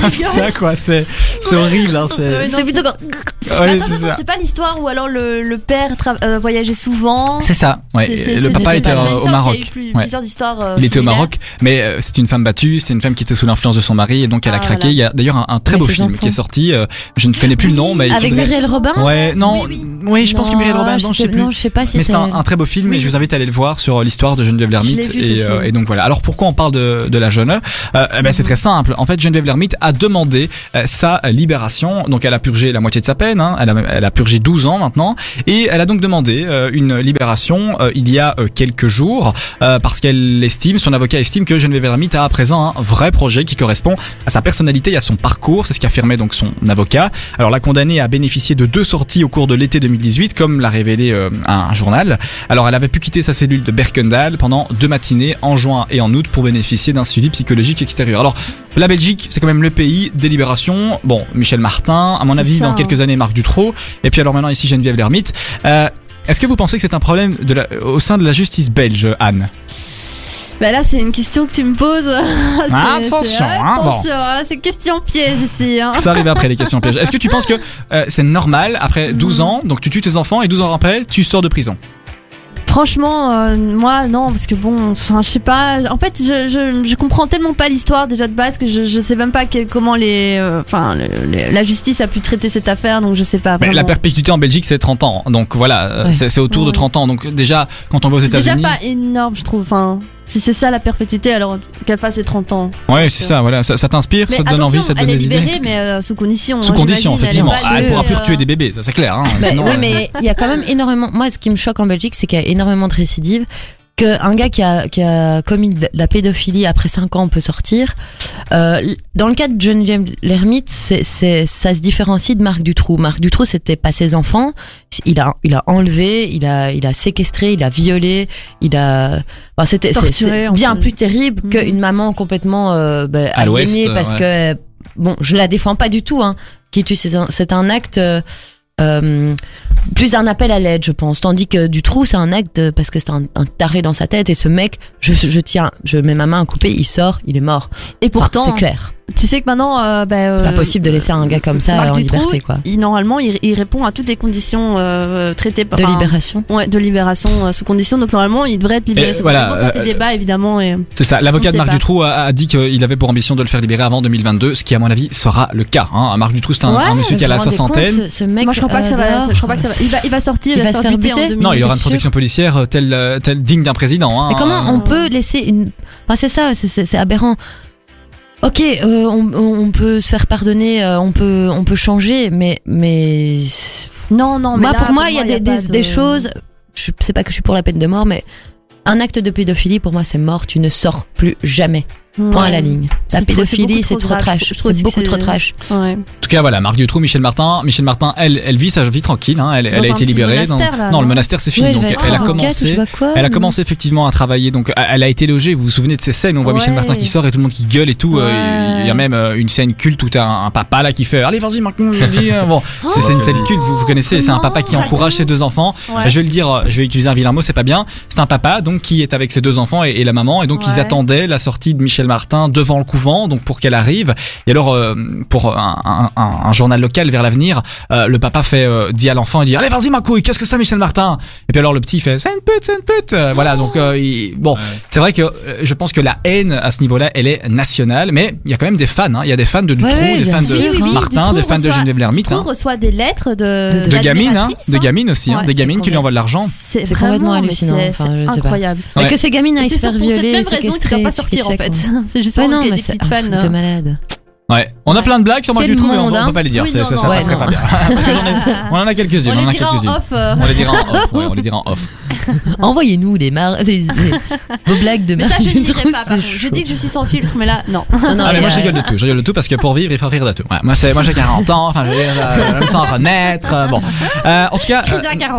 [SPEAKER 2] comme ça, quoi. C'est c'est horrible, hein. [LAUGHS]
[SPEAKER 3] Euh,
[SPEAKER 2] C'est
[SPEAKER 3] non, C'est plutôt quand-
[SPEAKER 2] Ouais,
[SPEAKER 3] Attends,
[SPEAKER 2] c'est
[SPEAKER 3] attends,
[SPEAKER 2] ça.
[SPEAKER 3] c'est pas l'histoire où alors le, le père tra- euh, voyageait souvent.
[SPEAKER 2] C'est ça, ouais.
[SPEAKER 3] C'est- c'est-
[SPEAKER 2] le
[SPEAKER 3] c'est-
[SPEAKER 2] papa
[SPEAKER 3] c'était
[SPEAKER 2] était
[SPEAKER 3] pas
[SPEAKER 2] euh,
[SPEAKER 3] le même
[SPEAKER 2] au
[SPEAKER 3] sens,
[SPEAKER 2] Maroc.
[SPEAKER 3] Il y a eu plus-
[SPEAKER 2] Ouais.
[SPEAKER 3] plusieurs histoires. euh,
[SPEAKER 2] Il était au
[SPEAKER 3] similaires.
[SPEAKER 2] Maroc, mais euh, c'est une femme battue, c'est une femme qui était sous l'influence de son mari et donc elle a
[SPEAKER 3] Ah,
[SPEAKER 2] craqué.
[SPEAKER 3] voilà.
[SPEAKER 2] Il y a d'ailleurs un, un très
[SPEAKER 4] Oui,
[SPEAKER 2] beau
[SPEAKER 4] ses
[SPEAKER 2] film
[SPEAKER 4] enfants.
[SPEAKER 2] qui est sorti. euh, je ne connais plus le nom, mais il
[SPEAKER 4] Avec
[SPEAKER 2] faudrait-
[SPEAKER 4] Muriel Robin
[SPEAKER 2] Ouais, non,
[SPEAKER 3] Oui,
[SPEAKER 2] oui, je pense que Muriel Robin, non, je sais plus.
[SPEAKER 4] Non, je sais pas si
[SPEAKER 2] Mais
[SPEAKER 4] c'est.
[SPEAKER 2] c'est un, un très beau film
[SPEAKER 3] Oui.
[SPEAKER 2] et je vous invite à aller le voir sur l'histoire de Geneviève
[SPEAKER 3] Je l'ai
[SPEAKER 2] Lermite.
[SPEAKER 3] vu, ce
[SPEAKER 2] et, euh,
[SPEAKER 3] film.
[SPEAKER 2] et donc voilà. Alors pourquoi on parle de, de la jeune euh, eh ben, C'est très simple. En fait, Geneviève Lermite a demandé euh, sa libération. Donc elle a purgé la moitié de sa peine. hein. Elle, a, elle a purgé 12 ans maintenant. Et elle a donc demandé euh, une libération euh, il y a euh, quelques jours euh, parce qu'elle estime, son avocat estime que Geneviève Lermite a à présent un vrai projet qui correspond à sa personnalité et à son parcours. C'est ce qu'affirmait donc son avocat. Alors la condamnée a bénéficié de deux sorties au cours de l'été 2018, comme l'a révélé euh, un- un journal. Alors elle avait pu quitter sa cellule de Berkendal pendant deux matinées en juin et en août pour bénéficier d'un suivi psychologique extérieur. Alors la Belgique, c'est quand même le pays des libérations. Bon, Michel Martin, à mon
[SPEAKER 3] C'est
[SPEAKER 2] avis,
[SPEAKER 3] ça,
[SPEAKER 2] dans
[SPEAKER 3] hein.
[SPEAKER 2] quelques années, Marc Dutroux. Et puis alors maintenant ici Geneviève Lermite. Euh, est-ce que vous pensez que c'est un problème de la- au sein de la justice belge, Anne
[SPEAKER 3] Bah là, c'est une question que tu me poses. [LAUGHS] C'est- c'est-
[SPEAKER 2] Attention, hein, bon.
[SPEAKER 3] attention, hein, c'est question piège ici. hein.
[SPEAKER 2] Ça arrive après les questions pièges. Est-ce que tu penses que euh, c'est normal, après 12 ans, donc tu tues tes enfants et 12 ans après, tu sors de prison
[SPEAKER 3] Franchement, euh, moi non, parce que bon, enfin, je sais pas. En fait, je, je, je comprends tellement pas l'histoire déjà de base que je, je sais même pas quel- comment les, euh, enfin, le- le- la justice a pu traiter cette affaire, donc je sais pas.
[SPEAKER 2] Mais
[SPEAKER 3] vraiment.
[SPEAKER 2] la perpétuité en Belgique, c'est 30 ans. Donc voilà, euh,
[SPEAKER 4] Ouais.
[SPEAKER 2] c'est c'est autour de
[SPEAKER 3] Ouais.
[SPEAKER 2] 30 ans. Donc déjà, quand on va aux
[SPEAKER 3] C'est déjà
[SPEAKER 2] États-Unis.
[SPEAKER 3] pas énorme, je trouve. Enfin, si c'est ça la perpétuité, alors qu'elle fasse ses 30 ans.
[SPEAKER 2] Ouais, c'est ça, voilà. Ça, ça t'inspire,
[SPEAKER 3] Mais
[SPEAKER 2] ça te donne
[SPEAKER 3] attention,
[SPEAKER 2] envie, ça te
[SPEAKER 3] elle
[SPEAKER 2] donne
[SPEAKER 3] est
[SPEAKER 2] des
[SPEAKER 3] libérée,
[SPEAKER 2] idées.
[SPEAKER 3] mais euh, sous condition.
[SPEAKER 2] Sous
[SPEAKER 3] hein,
[SPEAKER 2] condition,
[SPEAKER 3] j'imagine, elle est
[SPEAKER 2] effectivement.
[SPEAKER 3] pas
[SPEAKER 2] Ah, elle pourra
[SPEAKER 3] tuée,
[SPEAKER 2] plus tuer
[SPEAKER 3] euh,
[SPEAKER 2] des bébés, ça c'est clair. Hein.
[SPEAKER 4] Bah,
[SPEAKER 2] Sinon,
[SPEAKER 4] oui,
[SPEAKER 2] euh,
[SPEAKER 3] [LAUGHS]
[SPEAKER 4] mais il y a quand même énormément. Moi, ce qui me choque en Belgique, c'est qu'il y a énormément de récidives. Qu'un gars qui a, qui a commis de la pédophilie après 5 ans peut sortir. Euh, dans le cas de Geneviève Lermite, c'est, c'est, ça se différencie de Marc Dutroux. Marc Dutroux, c'était pas ses enfants. Il a, il a enlevé, il a, il a séquestré, il a violé, il a. Enfin, c'était c'est-
[SPEAKER 3] Torturé,
[SPEAKER 4] c'est
[SPEAKER 3] en
[SPEAKER 4] bien
[SPEAKER 3] fait. Mm.
[SPEAKER 4] plus terrible qu'une maman complètement euh, bah,
[SPEAKER 2] À l'ouest,
[SPEAKER 4] aliénée
[SPEAKER 2] euh,
[SPEAKER 4] parce
[SPEAKER 2] ouais.
[SPEAKER 4] que bon, je la défends pas du tout. Hein. Qui tue, c'est un, c'est un acte euh, euh, plus un appel à l'aide, je pense. Tandis que du trou, c'est un acte de- parce que c'est un, un taré dans sa tête et ce mec, je, je tiens, je mets ma main à couper, il sort, il est mort.
[SPEAKER 3] Et pourtant,
[SPEAKER 4] c'est clair.
[SPEAKER 3] tu sais que maintenant, euh, bah,
[SPEAKER 4] C'est
[SPEAKER 3] euh,
[SPEAKER 4] pas possible de laisser un gars comme ça
[SPEAKER 3] Marc
[SPEAKER 4] en
[SPEAKER 3] Dutroux,
[SPEAKER 4] liberté, quoi.
[SPEAKER 3] il- normalement, il, il répond à toutes les conditions euh, traitées par.
[SPEAKER 4] De
[SPEAKER 3] enfin,
[SPEAKER 4] libération.
[SPEAKER 3] Ouais, de libération euh, sous condition. Donc normalement, il devrait être libéré
[SPEAKER 2] Et
[SPEAKER 3] sous
[SPEAKER 2] voilà,
[SPEAKER 3] condition. Ça fait
[SPEAKER 2] euh,
[SPEAKER 3] débat évidemment. Et...
[SPEAKER 2] C'est ça. L'avocat
[SPEAKER 3] On
[SPEAKER 2] de
[SPEAKER 3] sait
[SPEAKER 2] Marc
[SPEAKER 3] pas.
[SPEAKER 2] Dutroux a, a dit qu'il avait pour ambition de le faire libérer avant 2022, ce qui, à mon avis, sera le cas. Hein. Marc Dutroux, c'est un, un
[SPEAKER 3] Ouais,
[SPEAKER 2] monsieur qui a la soixantaine.
[SPEAKER 4] ce, mec,
[SPEAKER 3] Moi, je crois pas que ça va. Je crois pas que ça va. Il va, il va sortir.
[SPEAKER 4] Il
[SPEAKER 3] euh, Il va,
[SPEAKER 4] va se faire
[SPEAKER 3] buter,
[SPEAKER 4] buter
[SPEAKER 3] en 2000.
[SPEAKER 2] Non, il aura
[SPEAKER 4] c'est
[SPEAKER 2] une
[SPEAKER 4] sûr.
[SPEAKER 2] protection policière euh, telle, euh, telle digne d'un président. Hein.
[SPEAKER 4] Mais
[SPEAKER 3] Ah.
[SPEAKER 4] comment on peut laisser une. Enfin, c'est ça, c'est- c'est c'est aberrant. Ok, euh, on, on peut se faire pardonner, euh, on peut, on peut changer, mais, mais.
[SPEAKER 3] Non, non. Mais
[SPEAKER 4] moi,
[SPEAKER 3] là,
[SPEAKER 4] pour moi, il y a des,
[SPEAKER 3] pas
[SPEAKER 4] des-
[SPEAKER 3] de-
[SPEAKER 4] des choses. Je sais pas que je suis pour la peine de mort, mais Un acte de pédophilie, pour moi, c'est mort. Tu ne sors plus jamais. Point à la ligne. La
[SPEAKER 3] C'est trop- c'est
[SPEAKER 4] pédophilie,
[SPEAKER 3] beaucoup
[SPEAKER 4] c'est
[SPEAKER 3] trop
[SPEAKER 4] trop
[SPEAKER 3] grave.
[SPEAKER 4] trash.
[SPEAKER 3] Je trouve
[SPEAKER 4] C'est
[SPEAKER 3] que
[SPEAKER 4] beaucoup
[SPEAKER 3] c'est-
[SPEAKER 4] trop trash.
[SPEAKER 3] Ouais.
[SPEAKER 2] En tout cas, voilà, Marc Dutroux, Michel Martin. Michel Martin, elle, elle vit sa vie tranquille. hein. Elle,
[SPEAKER 3] Dans
[SPEAKER 2] elle a
[SPEAKER 3] un
[SPEAKER 2] été
[SPEAKER 3] petit
[SPEAKER 2] libérée.
[SPEAKER 3] monastère, là,
[SPEAKER 2] non, le
[SPEAKER 3] non
[SPEAKER 2] monastère, c'est fini.
[SPEAKER 4] Ouais, elle
[SPEAKER 2] donc,
[SPEAKER 4] va être
[SPEAKER 2] elle a
[SPEAKER 4] en enquête ou je sais
[SPEAKER 2] commencé.
[SPEAKER 4] pas quoi,
[SPEAKER 2] Elle a
[SPEAKER 4] mais-
[SPEAKER 2] commencé effectivement à travailler, donc euh, elle a été logée. Vous vous souvenez de ces scènes où on voit Michel
[SPEAKER 3] Ouais.
[SPEAKER 2] Martin qui sort et tout le monde qui gueule et tout. euh,
[SPEAKER 3] Ouais.
[SPEAKER 2] Il y a même euh, une scène culte où t'as un, un papa là qui fait Allez, vas-y, maintenant, dis, euh, Bon,
[SPEAKER 3] Oh,
[SPEAKER 2] c'est c'est une scène culte, vous, vous connaissez. C'est un
[SPEAKER 3] non,
[SPEAKER 2] papa qui
[SPEAKER 3] raconte.
[SPEAKER 2] encourage ses deux enfants.
[SPEAKER 3] Ouais.
[SPEAKER 2] Je vais le dire, euh, je vais utiliser un vilain mot, c'est pas bien. C'est un papa donc qui est avec ses deux enfants et, et la maman, et donc ils
[SPEAKER 3] Ouais.
[SPEAKER 2] attendaient la sortie de Michel Martin devant le couvent, donc pour qu'elle arrive. Et alors euh, pour un, un- un- un journal local vers l'avenir, euh, le papa fait euh, dit à l'enfant, il dit allez vas-y ma couille, qu'est-ce que c'est Michel Martin Et puis alors le petit il fait c'est une pute, c'est une pute. Euh, Voilà donc euh, il- bon,
[SPEAKER 5] Ouais.
[SPEAKER 2] c'est vrai que euh, je pense que la haine à ce niveau-là, elle est nationale, mais il y a quand même des fans, hein. il y a des fans de Dutroux,
[SPEAKER 4] Ouais, ouais,
[SPEAKER 2] des
[SPEAKER 4] bien
[SPEAKER 2] fans
[SPEAKER 4] sûr.
[SPEAKER 2] de
[SPEAKER 4] Oui, oui, oui,
[SPEAKER 2] Martin,
[SPEAKER 3] Dutroux
[SPEAKER 2] des fans de
[SPEAKER 3] reçoit-
[SPEAKER 2] Geneviève Lermite.
[SPEAKER 3] Dutroux
[SPEAKER 2] hein.
[SPEAKER 3] reçoit des lettres de,
[SPEAKER 4] De-
[SPEAKER 2] De gamines, hein,
[SPEAKER 3] l'admiratrice,
[SPEAKER 2] de gamines aussi, hein,
[SPEAKER 3] Ouais,
[SPEAKER 2] des gamines
[SPEAKER 4] c'est
[SPEAKER 2] qui lui envoient de l'argent.
[SPEAKER 3] C'est
[SPEAKER 4] C'est complètement
[SPEAKER 3] vraiment, mais
[SPEAKER 4] hallucinant,
[SPEAKER 3] c'est-
[SPEAKER 4] enfin,
[SPEAKER 3] c'est
[SPEAKER 4] je sais pas.
[SPEAKER 3] incroyable.
[SPEAKER 2] Ouais.
[SPEAKER 4] Mais que ces gamines
[SPEAKER 3] Et
[SPEAKER 4] aillent se
[SPEAKER 3] c'est
[SPEAKER 4] faire
[SPEAKER 3] pour cette
[SPEAKER 4] violer,
[SPEAKER 3] même raison qu'il ne
[SPEAKER 4] séquestrer,
[SPEAKER 3] doit pas sortir en
[SPEAKER 4] check-check,
[SPEAKER 3] fait.
[SPEAKER 4] ouais.
[SPEAKER 3] C'est juste
[SPEAKER 4] Ouais,
[SPEAKER 3] parce
[SPEAKER 4] non,
[SPEAKER 3] qu'il y a
[SPEAKER 4] mais
[SPEAKER 3] des
[SPEAKER 4] c'est un
[SPEAKER 3] petites
[SPEAKER 4] truc
[SPEAKER 3] fans. euh.
[SPEAKER 4] de malade.
[SPEAKER 2] Ouais. On a plein de blagues sur Marc
[SPEAKER 4] Quel
[SPEAKER 2] Dutroux, mais on,
[SPEAKER 4] monde,
[SPEAKER 2] on peut
[SPEAKER 4] hein.
[SPEAKER 2] pas les dire,
[SPEAKER 3] Oui,
[SPEAKER 2] c'est-
[SPEAKER 3] non,
[SPEAKER 2] ça,
[SPEAKER 3] non,
[SPEAKER 2] ça
[SPEAKER 4] ouais,
[SPEAKER 2] passerait
[SPEAKER 4] non.
[SPEAKER 2] pas bien. on en a quelques-unes,
[SPEAKER 3] On
[SPEAKER 2] on en
[SPEAKER 3] les
[SPEAKER 2] a
[SPEAKER 3] dira en
[SPEAKER 2] quelques-unes.
[SPEAKER 3] off. euh,
[SPEAKER 2] On les dira en off, ouais, on les dira en off.
[SPEAKER 4] Hein. Envoyez-nous les mar- les- les- vos blagues de
[SPEAKER 3] Mais ça, je ne
[SPEAKER 4] Marc
[SPEAKER 3] dirai
[SPEAKER 4] Dutroux,
[SPEAKER 3] pas. par
[SPEAKER 4] c'est
[SPEAKER 3] contre. Je
[SPEAKER 4] chaud.
[SPEAKER 3] dis que je suis sans filtre, mais là, non.
[SPEAKER 4] [LAUGHS] Non, non,
[SPEAKER 2] Ah, mais
[SPEAKER 4] et,
[SPEAKER 2] moi, je
[SPEAKER 4] euh,
[SPEAKER 2] rigole de tout. Je rigole de tout parce que pour vivre, il faut rire de tout. Ouais, moi, c'est- moi, j'ai 40 ans. Enfin, je veux dire, euh, je me sens renaître. euh, Bon. Euh, en tout cas, euh,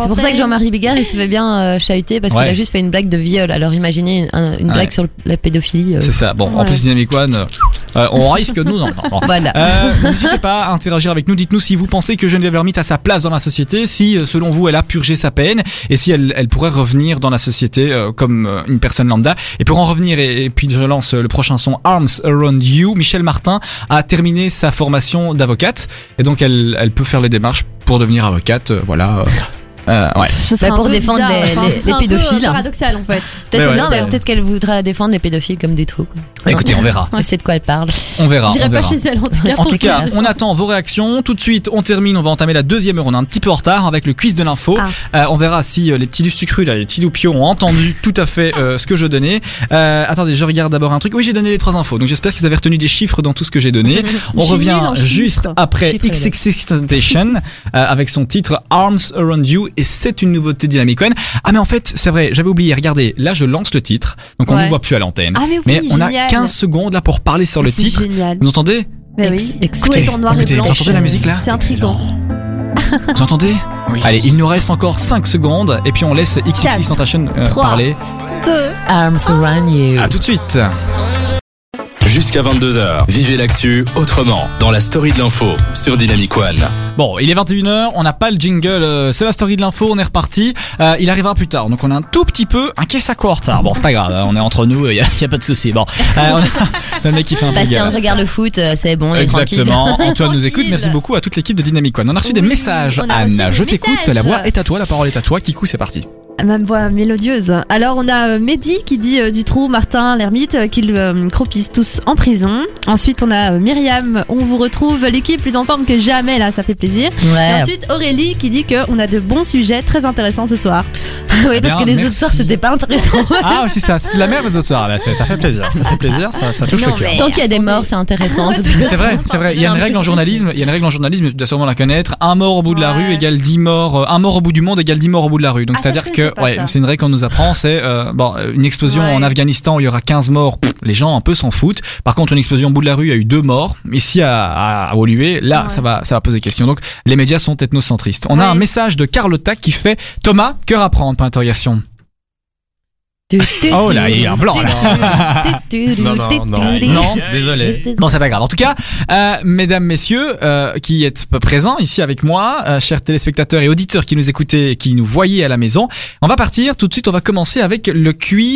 [SPEAKER 4] C'est pour ça que Jean-Marie Bigard, il se fait bien euh, chahuter parce
[SPEAKER 2] Ouais.
[SPEAKER 4] qu'il a juste fait une blague de viol. Alors imaginez un- une blague
[SPEAKER 2] Ouais.
[SPEAKER 4] sur le- la pédophilie. euh,
[SPEAKER 2] c'est ça. Bon, en
[SPEAKER 3] Ouais.
[SPEAKER 2] plus, Dynamic One, euh, euh, on risque nous. Non, non, non.
[SPEAKER 4] Voilà.
[SPEAKER 2] Euh, [LAUGHS] N'hésitez pas à interagir avec nous. Dites-nous si vous pensez que Geneviève Lermite a sa place dans la société, si euh, selon vous elle a purgé sa peine et si elle, elle pourrait revenir dans la société euh, comme euh, une personne lambda. Et pour en revenir, et, et puis je lance euh, le prochain son Arms Around You, Michel Martin a terminé sa formation d'avocate et donc elle, elle peut faire les démarches pour devenir avocate. euh, voilà. euh, euh, ouais.
[SPEAKER 3] Ce serait
[SPEAKER 4] Bah,
[SPEAKER 3] un
[SPEAKER 4] pour
[SPEAKER 3] peu
[SPEAKER 4] défendre
[SPEAKER 3] bizarre,
[SPEAKER 4] les-
[SPEAKER 3] enfin,
[SPEAKER 4] les-
[SPEAKER 3] ce serait
[SPEAKER 4] les
[SPEAKER 3] un peu, euh,
[SPEAKER 4] pédophiles.
[SPEAKER 3] paradoxal en fait.
[SPEAKER 4] Peut-être
[SPEAKER 2] Mais ouais,
[SPEAKER 4] non, mais
[SPEAKER 2] ouais.
[SPEAKER 4] peut-être qu'elle voudra défendre les pédophiles comme des trous.
[SPEAKER 2] Écoutez, on verra.
[SPEAKER 4] Elle sait de quoi elle parle.
[SPEAKER 2] On verra.
[SPEAKER 3] J'irai
[SPEAKER 2] on
[SPEAKER 3] pas
[SPEAKER 2] verra.
[SPEAKER 3] chez elle en tout cas.
[SPEAKER 2] En tout
[SPEAKER 4] [LAUGHS]
[SPEAKER 2] cas, on attend vos réactions. Tout de suite, on termine. On va entamer la deuxième heure. On est un petit peu en retard avec le quiz de l'info.
[SPEAKER 3] Ah.
[SPEAKER 2] Euh, on verra si euh, les petits lustucrus, là, les petits loupions ont
[SPEAKER 3] [LAUGHS]
[SPEAKER 2] entendu tout à fait euh, ce que je donnais. Euh, attendez, je regarde d'abord un truc. Oui, j'ai donné les trois infos. Donc j'espère que vous avez retenu des chiffres dans tout ce que j'ai
[SPEAKER 3] [LAUGHS]
[SPEAKER 2] donné. On
[SPEAKER 3] Je suis
[SPEAKER 2] revient
[SPEAKER 3] nulle en
[SPEAKER 2] juste
[SPEAKER 3] chiffres.
[SPEAKER 2] après
[SPEAKER 4] Chiffres, les
[SPEAKER 2] XXXTentacion euh, avec son titre Arms Around You. Et c'est une nouveauté Dynamic One. Ah, mais en fait, c'est vrai, j'avais oublié. Regardez, là, je lance le titre. Donc on ne
[SPEAKER 3] Ouais.
[SPEAKER 2] le voit plus à l'antenne.
[SPEAKER 3] Ah mais oui,
[SPEAKER 2] mais on a
[SPEAKER 3] génial.
[SPEAKER 2] 15 secondes là pour parler sur le
[SPEAKER 3] C'est
[SPEAKER 2] titre.
[SPEAKER 3] Génial.
[SPEAKER 2] Vous entendez
[SPEAKER 3] Mais oui.
[SPEAKER 4] Ex- ex-
[SPEAKER 3] Tout est en noir et
[SPEAKER 2] Écoutez,
[SPEAKER 3] blanc.
[SPEAKER 2] vous entendez la musique
[SPEAKER 4] [LAUGHS]
[SPEAKER 2] là
[SPEAKER 3] C'est intriguant.
[SPEAKER 2] Vous entendez
[SPEAKER 5] Oui.
[SPEAKER 2] Allez, il nous reste encore 5 secondes et puis on laisse XXX Tentation euh,
[SPEAKER 3] trois.
[SPEAKER 2] parler.
[SPEAKER 3] Deux.
[SPEAKER 4] Arms around you.
[SPEAKER 2] À tout de suite.
[SPEAKER 1] Jusqu'à 22h, vivez l'actu autrement dans la story de l'info sur Dynamic One.
[SPEAKER 2] Bon, il est 21h, on n'a pas le jingle, euh, c'est la story de l'info, on est reparti. Euh, il arrivera plus tard, donc on a un tout petit peu un caisse à quoi en retard. Bon, c'est pas grave, hein, on est entre nous, il n'y a, y a pas de souci. Bon, Euh, on a- [LAUGHS] le mec qui fait un peu le
[SPEAKER 4] Bastien
[SPEAKER 2] gars, là.
[SPEAKER 4] regarde le foot, euh, c'est bon, on est tranquille. [LAUGHS]
[SPEAKER 2] Exactement, Antoine nous
[SPEAKER 3] Tranquille.
[SPEAKER 2] écoute, merci beaucoup à toute l'équipe de Dynamic One. On a reçu des
[SPEAKER 3] Oui,
[SPEAKER 2] messages,
[SPEAKER 3] on a reçu
[SPEAKER 2] Anne,
[SPEAKER 3] des
[SPEAKER 2] je t'écoute,
[SPEAKER 3] messages.
[SPEAKER 2] la voix est à toi, la parole est à toi, Kikou, c'est parti.
[SPEAKER 3] Même voix mélodieuse. Alors on a euh, Mehdi qui dit euh, du trou, Martin, l'ermite, euh, qu'ils euh, croupissent tous en prison. Ensuite on a euh, Myriam, on vous retrouve l'équipe plus en forme que jamais là, ça fait plaisir. Et
[SPEAKER 4] Ouais.
[SPEAKER 3] ensuite Aurélie qui dit que on a de bons sujets très intéressants ce soir.
[SPEAKER 4] oui, parce
[SPEAKER 2] Eh Bien,
[SPEAKER 4] que les
[SPEAKER 2] merci.
[SPEAKER 4] autres soirs, c'était pas intéressant.
[SPEAKER 2] Ah, c'est ça, c'est de la merde les autres soirs, là, ça, ça fait plaisir, ça fait plaisir, ça, ça touche le cœur.
[SPEAKER 4] Tant qu'il y a des morts, c'est intéressant. de toute façon.
[SPEAKER 2] [LAUGHS] C'est vrai, c'est vrai. Il y a une règle en journalisme. Il y a une règle en journalisme. Tu dois sûrement la connaître. Un mort au bout de la
[SPEAKER 3] Ouais.
[SPEAKER 2] rue égale 10 morts. euh, Un mort au bout du monde égale 10 morts au bout de la rue. Donc
[SPEAKER 3] Ah,
[SPEAKER 2] c'est à
[SPEAKER 3] ça, je
[SPEAKER 2] dire
[SPEAKER 3] connaissais
[SPEAKER 2] que
[SPEAKER 3] pas
[SPEAKER 2] ouais,
[SPEAKER 3] ça.
[SPEAKER 2] c'est une règle qu'on nous apprend. C'est euh, bon, euh, une explosion
[SPEAKER 3] Ouais.
[SPEAKER 2] en Afghanistan où il y aura 15 morts. pff, les gens un peu s'en foutent. Par contre, une explosion au bout de la rue il y a eu deux morts. Ici à, à, à Woluwe, là
[SPEAKER 3] Ouais.
[SPEAKER 2] ça va, ça va poser question. Donc les médias sont ethnocentristes. On a
[SPEAKER 3] Ouais.
[SPEAKER 2] un message de Carlotta qui fait Thomas, que apprendre Point d'interrogation. Oh là, il y a un blanc,
[SPEAKER 6] Non, non, non.
[SPEAKER 2] Non.
[SPEAKER 6] Désolé.
[SPEAKER 2] Bon, c'est pas grave. En tout cas, euh, mesdames, messieurs, euh, qui êtes p- présents ici avec moi, euh, chers téléspectateurs et auditeurs qui nous écoutez, et qui nous voyez à la maison, on va partir tout de suite. On va commencer avec le quiz.